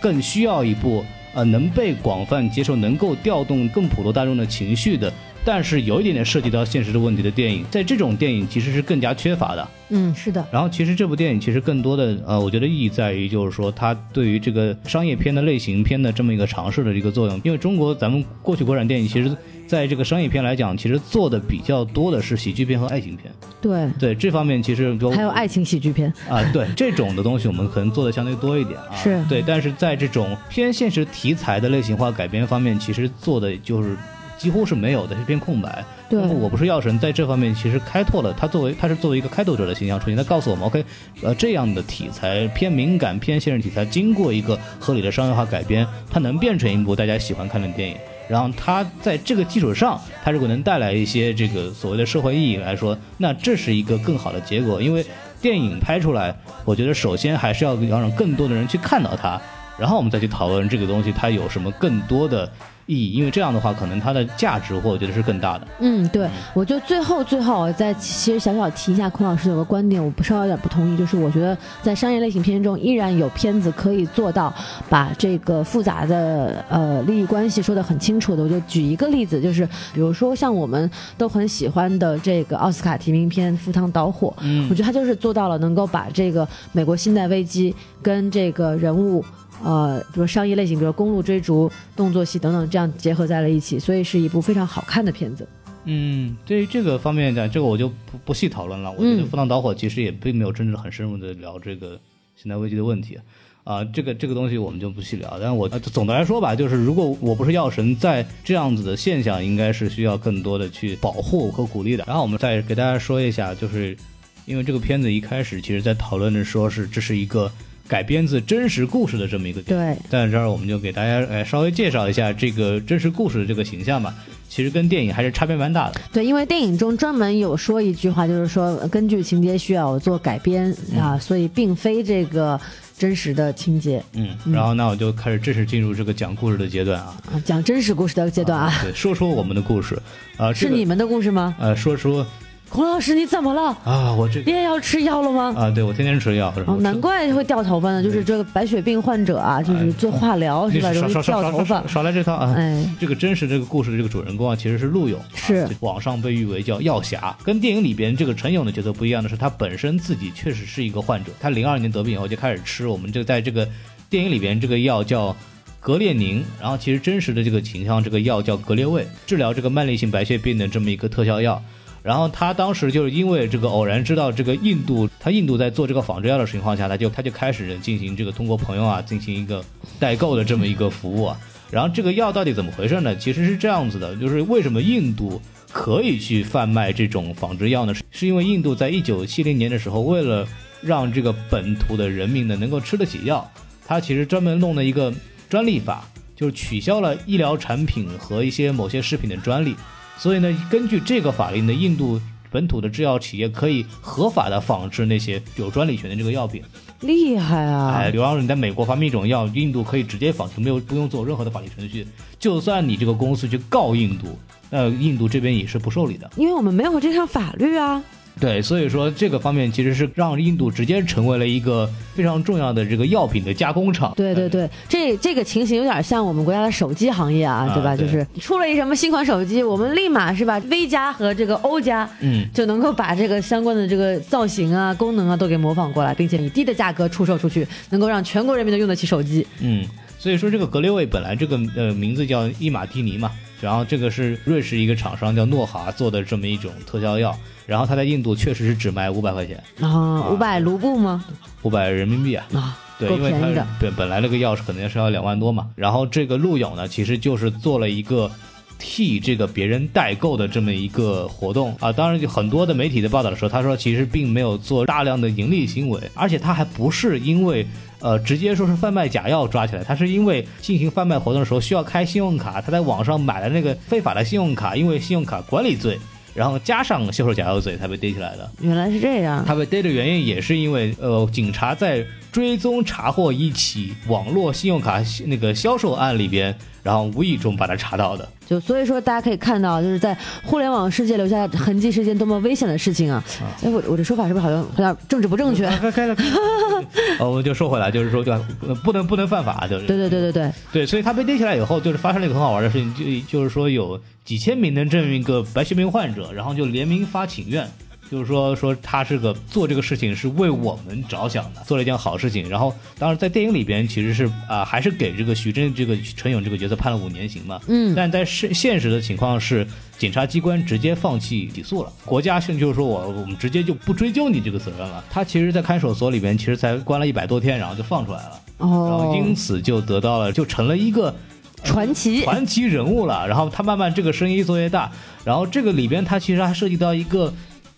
C: 更需要一部呃能被广泛接受、能够调动更普罗大众的情绪的，但是有一点点涉及到现实的问题的电影。在这种电影其实是更加缺乏的。
B: 嗯，是的，
C: 然后其实这部电影其实更多的呃，我觉得意义在于就是说它对于这个商业片的类型片的这么一个尝试的一个作用。因为中国咱们过去国产电影其实在这个商业片来讲，其实做的比较多的是喜剧片和爱情片。
B: 对，
C: 对这方面其实都
B: 还有爱情喜剧片，
C: 啊，对这种的东西，我们可能做的相对多一点啊。
B: 是
C: 对，但是在这种偏现实题材的类型化改编方面，其实做的就是几乎是没有的，是偏空白。
B: 对
C: 那么我不是药神，在这方面其实开拓了他作为他是作为一个开拓者的形象出现，他告诉我们，OK，呃，这样的题材偏敏感、偏现实题材，经过一个合理的商业化改编，它能变成一部大家喜欢看的电影。然后它在这个基础上，它如果能带来一些这个所谓的社会意义来说，那这是一个更好的结果。因为电影拍出来，我觉得首先还是要让更多的人去看到它，然后我们再去讨论这个东西它有什么更多的意义，因为这样的话，可能它的价值或我觉得是更大的。
B: 嗯，对，我就最后最后再其实小小提一下孔老师有个观点，我不稍微有点不同意，就是我觉得在商业类型片中依然有片子可以做到把这个复杂的呃利益关系说得很清楚的。我就举一个例子，就是比如说像我们都很喜欢的这个奥斯卡提名片《赴汤蹈火》，
C: 嗯
B: 我觉得他就是做到了能够把这个美国现代危机跟这个人物。呃，比如商业类型，比如公路追逐、动作戏等等，这样结合在了一起，所以是一部非常好看的片子。
C: 嗯，对于这个方面讲，这个我就不不细讨论了。我觉得
B: 嗯
C: 《赴汤蹈火》其实也并没有真正很深入的聊这个现代危机的问题。啊、这个这个东西我们就不细聊。但我、呃总的来说吧，就是如果我不是药神，在这样子的现象，应该是需要更多的去保护和鼓励的。然后我们再给大家说一下，就是因为这个片子一开始其实在讨论的说是这是一个改编自真实故事的这么一个
B: 对，
C: 在这儿我们就给大家呃稍微介绍一下这个真实故事的这个形象吧。其实跟电影还是差别蛮大的。
B: 对，因为电影中专门有说一句话，就是说呃根据情节需要做改编、
C: 嗯
B: 啊，所以并非这个真实的情节
C: 嗯，然后那我就开始正式进入这个讲故事的阶段啊。
B: 啊，讲真实故事的阶段啊，
C: 对，说说我们的故事，啊、这
B: 是
C: 个
B: 你们的故事吗？
C: 呃，说说
B: 孔老师，你怎么了？
C: 啊，我这
B: 你
C: 个
B: 也要吃药了吗？
C: 啊，对我天天吃药，然后
B: 哦，
C: 吃嗯
B: 难怪会掉头发呢，就是这个白血病患者啊，就是做化疗
C: 哎你
B: 是吧，
C: 少
B: 容易
C: 少少
B: 掉头
C: 少
B: 发
C: 少。少来这套啊！
B: 哎
C: 这个真实这个故事的这个主人公啊，其实是陆勇，
B: 是
C: 啊网上被誉为叫药侠。跟电影里边这个陈勇的角色不一样的是，他本身自己确实是一个患者，他零二年得病以后就开始吃我们这个在这个电影里边这个药叫。格列宁，然后其实真实的这个形象，这个药叫格列卫，治疗这个慢性性白血病的这么一个特效药。然后他当时就是因为这个偶然知道这个印度，他印度在做这个仿制药的情况下，他就他就开始进行这个通过朋友啊进行一个代购的这么一个服务啊。然后这个药到底怎么回事呢？其实是这样子的，就是为什么印度可以去贩卖这种仿制药呢？是是因为印度在一九七零年的时候，为了让这个本土的人民呢能够吃得起药，他其实专门弄了一个专利法，就是取消了医疗产品和一些某些食品的专利。所以呢，根据这个法令呢，印度本土的制药企业可以合法的仿制那些有专利权的这个药品。
B: 厉害啊
C: 哎，！比方说你在美国发明一种药，印度可以直接仿制，没有不用做任何的法律程序。就算你这个公司去告印度，那印度这边也是不受理的。
B: 因为我们没有这项法律啊，
C: 对，所以说这个方面其实是让印度直接成为了一个非常重要的这个药品的加工厂。嗯
B: 对对对，这这个情形有点像我们国家的手机行业啊，
C: 啊
B: 对吧？
C: 对
B: 就是出了一什么新款手机，我们立马是吧，V 加和这个 O 加，
C: 嗯，
B: 就能够把这个相关的这个造型啊、功能啊都给模仿过来，并且以低的价格出售出去，能够让全国人民都用得起手机。
C: 嗯，所以说这个格列卫本来这个呃名字叫伊马蒂尼嘛，然后这个是瑞士一个厂商叫诺哈做的这么一种特效药，然后它在印度确实是只卖五百块钱，
B: 啊，五百卢布吗？
C: 五百人民币啊。
B: 啊，
C: 对，
B: 够
C: 因为
B: 便宜
C: 它
B: 的。
C: 本本来这个钥匙肯定是要两万多嘛，然后这个陆勇呢，其实就是做了一个替这个别人代购的这么一个活动啊。当然，就很多的媒体的报道的时候，他说其实并没有做大量的盈利行为，而且他还不是因为。呃，直接说是贩卖假药抓起来，他是因为进行贩卖活动的时候需要开信用卡，他在网上买了那个非法的信用卡，因为信用卡管理罪，然后加上销售假药罪才被逮起来的。
B: 原来是这样，
C: 他被逮的原因也是因为呃，警察在追踪查获一起网络信用卡那个销售案里边，然后无意中把他查到 的。
B: 就所以说大家可以看到，就是在互联网世界留下痕迹是件多么危险的事情啊！哎，我我这说法是不是好像有点政治不正确？
C: 嗯呃，我们就说回来，就是说，对吧，呃不能不能犯法，就是
B: 对对对对对，
C: 对，所以他被逮起来以后，就是发生了一个很好玩的事情，就就是说有几千名的这么一个白血病患者，然后就联名发请愿，就是说说他这个做这个事情是为我们着想的，做了一件好事情。然后当然在电影里边其实是啊、还是给这个徐峥这个陈勇这个角色判了五年刑嘛，
B: 嗯
C: 但在现现实的情况是，检察机关直接放弃起诉了，国家甚至就是说我我们直接就不追究你这个责任了。他其实，在看守所里边其实才关了一百多天，然后就放出来了。然后
B: 哦，
C: 因此就得到了，就成了一个
B: 传奇。
C: 传奇人物了。然后他慢慢这个生意越做越大，然后这个里边它其实还涉及到一个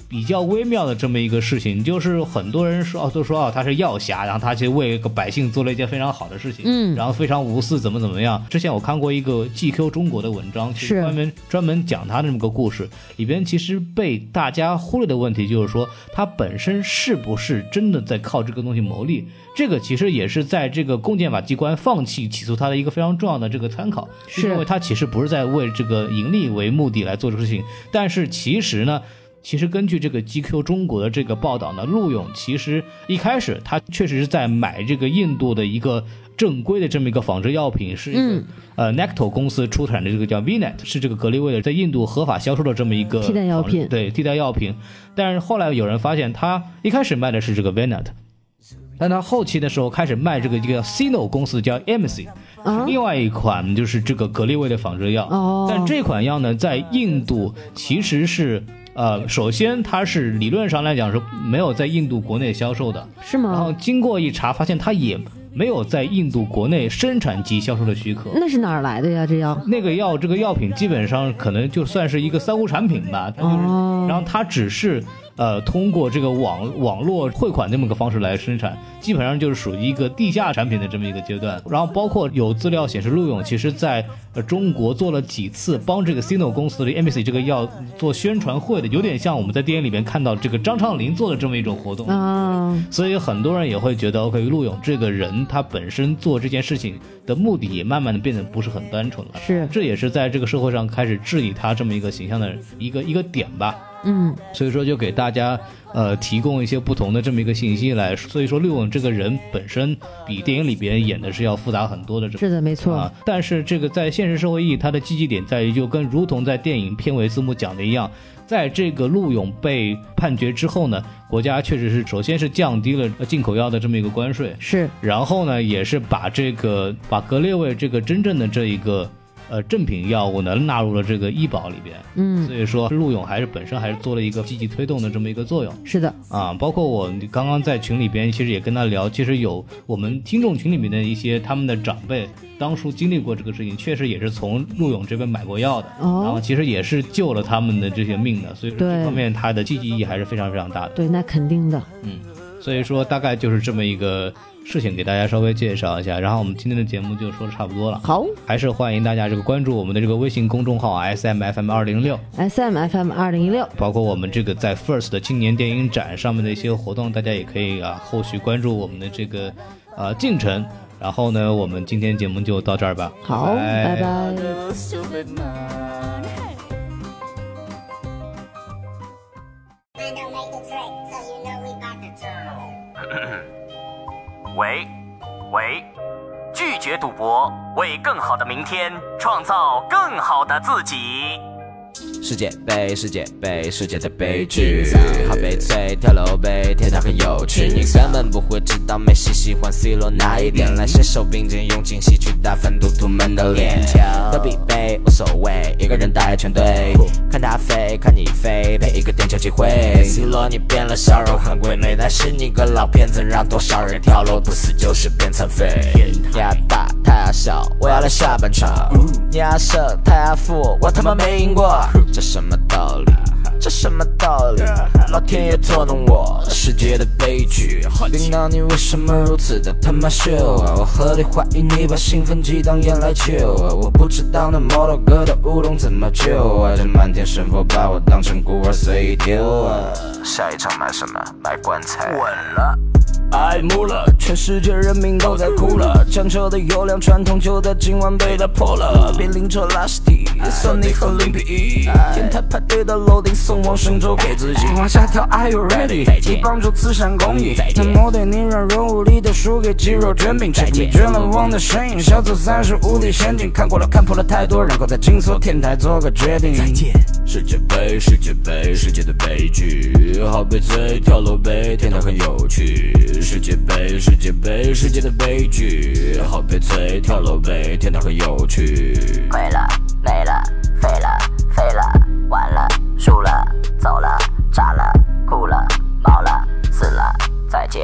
C: 比较微妙的这么一个事情，就是很多人说哦都说哦他是药侠，然后他去为一个百姓做了一件非常好的事情，
B: 嗯
C: 然后非常无私，怎么怎么样。之前我看过一个 GQ 中国的文章，就是专门专门讲他的这么个故事，里边其实被大家忽略的问题就是说他本身是不是真的在靠这个东西牟利，这个其实也是在这个公检法机关放弃起诉他的一个非常重要的这个参考，
B: 是
C: 因为他其实不是在为这个盈利为目的来做这个事情，但是其实呢。其实根据这个 GQ 中国的这个报道呢，陆勇其实一开始他确实是在买这个印度的一个正规的这么一个仿制药品，是一个、
B: 嗯
C: 呃 Necto 公司出产的这个叫 Vnet，是这个格列卫的在印度合法销售的这么一个
B: 替代药
C: 仿制
B: 品
C: 对替代药品。但是后来有人发现，他一开始卖的是这个 Vnet。但他后期的时候开始卖这个一个 Sino 公司叫 MC，、
B: 啊
C: 另外一款就是这个格列卫的仿制药。
B: 哦
C: 但这款药呢，在印度其实是呃，首先它是理论上来讲是没有在印度国内销售的，
B: 是
C: 然后
B: 吗？
C: 经过一查发现它也没有在印度国内生产及销售的许可。
B: 那是哪儿来的呀？这药
C: 那个药，这个药品基本上可能就算是一个三无产品吧，它就是，
B: 哦
C: 然后它只是呃通过这个网网络汇款这么个方式来生产，基本上就是属于一个地下产品的这么一个阶段。然后包括有资料显示，陆勇其实在呃中国做了几次帮这个 Sino 公司的 Embassy 这个药做宣传会的，有点像我们在电影里面看到这个张畅林做的这么一种活动。
B: 啊，
C: 所以很多人也会觉得，OK，陆勇这个人他本身做这件事情的目的也慢慢的变得不是很单纯了。
B: 是
C: 这也是在这个社会上开始质疑他这么一个形象的一个一个点吧。
B: 嗯，
C: 所以说就给大家呃提供一些不同的这么一个信息来。所以说陆勇这个人本身比电影里边演的是要复杂很多的这么。
B: 是的，没错。
C: 啊，但是这个在现实社会意义，它的积极点在于，就跟如同在电影片尾字幕讲的一样，在这个陆勇被判决之后呢，国家确实是首先是降低了呃进口药的这么一个关税，
B: 是
C: 然后呢，也是把这个把格列卫这个真正的这一个呃正品药物呢纳入了这个医保里边，
B: 嗯，
C: 所以说陆勇还是本身还是做了一个积极推动的这么一个作用。
B: 是的，
C: 啊，包括我刚刚在群里边，其实也跟他聊，其实有我们听众群里面的一些他们的长辈，当初经历过这个事情，确实也是从陆勇这边买过药的，
B: 哦
C: 然后其实也是救了他们的这些命的，所以说
B: 对
C: 这方面他的积极意义还是非常非常大的。
B: 对，那肯定的。
C: 所以说大概就是这么一个事情给大家稍微介绍一下，然后我们今天的节目就说的差不多了，
B: 好
C: 还是欢迎大家这个关注我们的这个微信公众号 S M F M 二零六。
B: ，S M F M 二零一六，
C: 包括我们这个在 First 的青年电影展上面的一些活动，大家也可以啊后续关注我们的这个呃进程。然后呢，我们今天节目就到这儿吧，
B: 好，
C: 哎
B: 拜拜
D: little stupid man.
E: They don't make the trick, so you know we got the turn.
F: 喂，喂，拒绝赌博，为更好的明天创造更好的自己。
G: 世界杯，世界杯，世界的悲剧。三号悲催，跳楼杯，天堂很有趣。你根本不会知道梅西喜欢 C 罗哪一点，来携手并肩，用尽吸取大粪赌徒们的脸。德比杯无所谓，一个人打一全队。看他飞，看你飞，每一个点球机会。C 罗你变了，笑容很鬼魅，但是你个老骗子，让多少人跳楼不死就是变残废。太阳大，太阳小，我要来下半场。你要胜，他要负，我他妈没赢过，这什么道理？这什么道理？老天爷捉弄我，世界的悲剧。领导，你为什么如此的他妈秀啊？我合理怀疑你把兴奋剂当烟来救啊！我不知道那摩洛哥的乌龙怎么救啊！这漫天神佛把我当成孤儿随意丢啊！下一场买什么？买棺材。
F: 稳了。
G: 爱慕了，全世界人民都在哭了。强求的油量传统就在今晚被打破了。别拎着拉屎体，索尼和林比一。天台派对的楼顶送往神州给自己。往下跳，Are you ready？你帮助慈善公益，他抹对你软弱无力的输给肌肉卷饼。这你绝了望的身影，小走三十五里仙境。看过了，看破了太多，然后在金锁天台做个决定。再见。世界杯，世界杯，世界的悲剧，好悲催，跳楼杯，天堂很有趣。世界杯，世界杯，世界的悲剧，好悲催，跳楼杯，天堂很有趣。
F: 没了，没了，废了，废了，完了，输了，走了，炸了，哭了，毛了，死了，再见。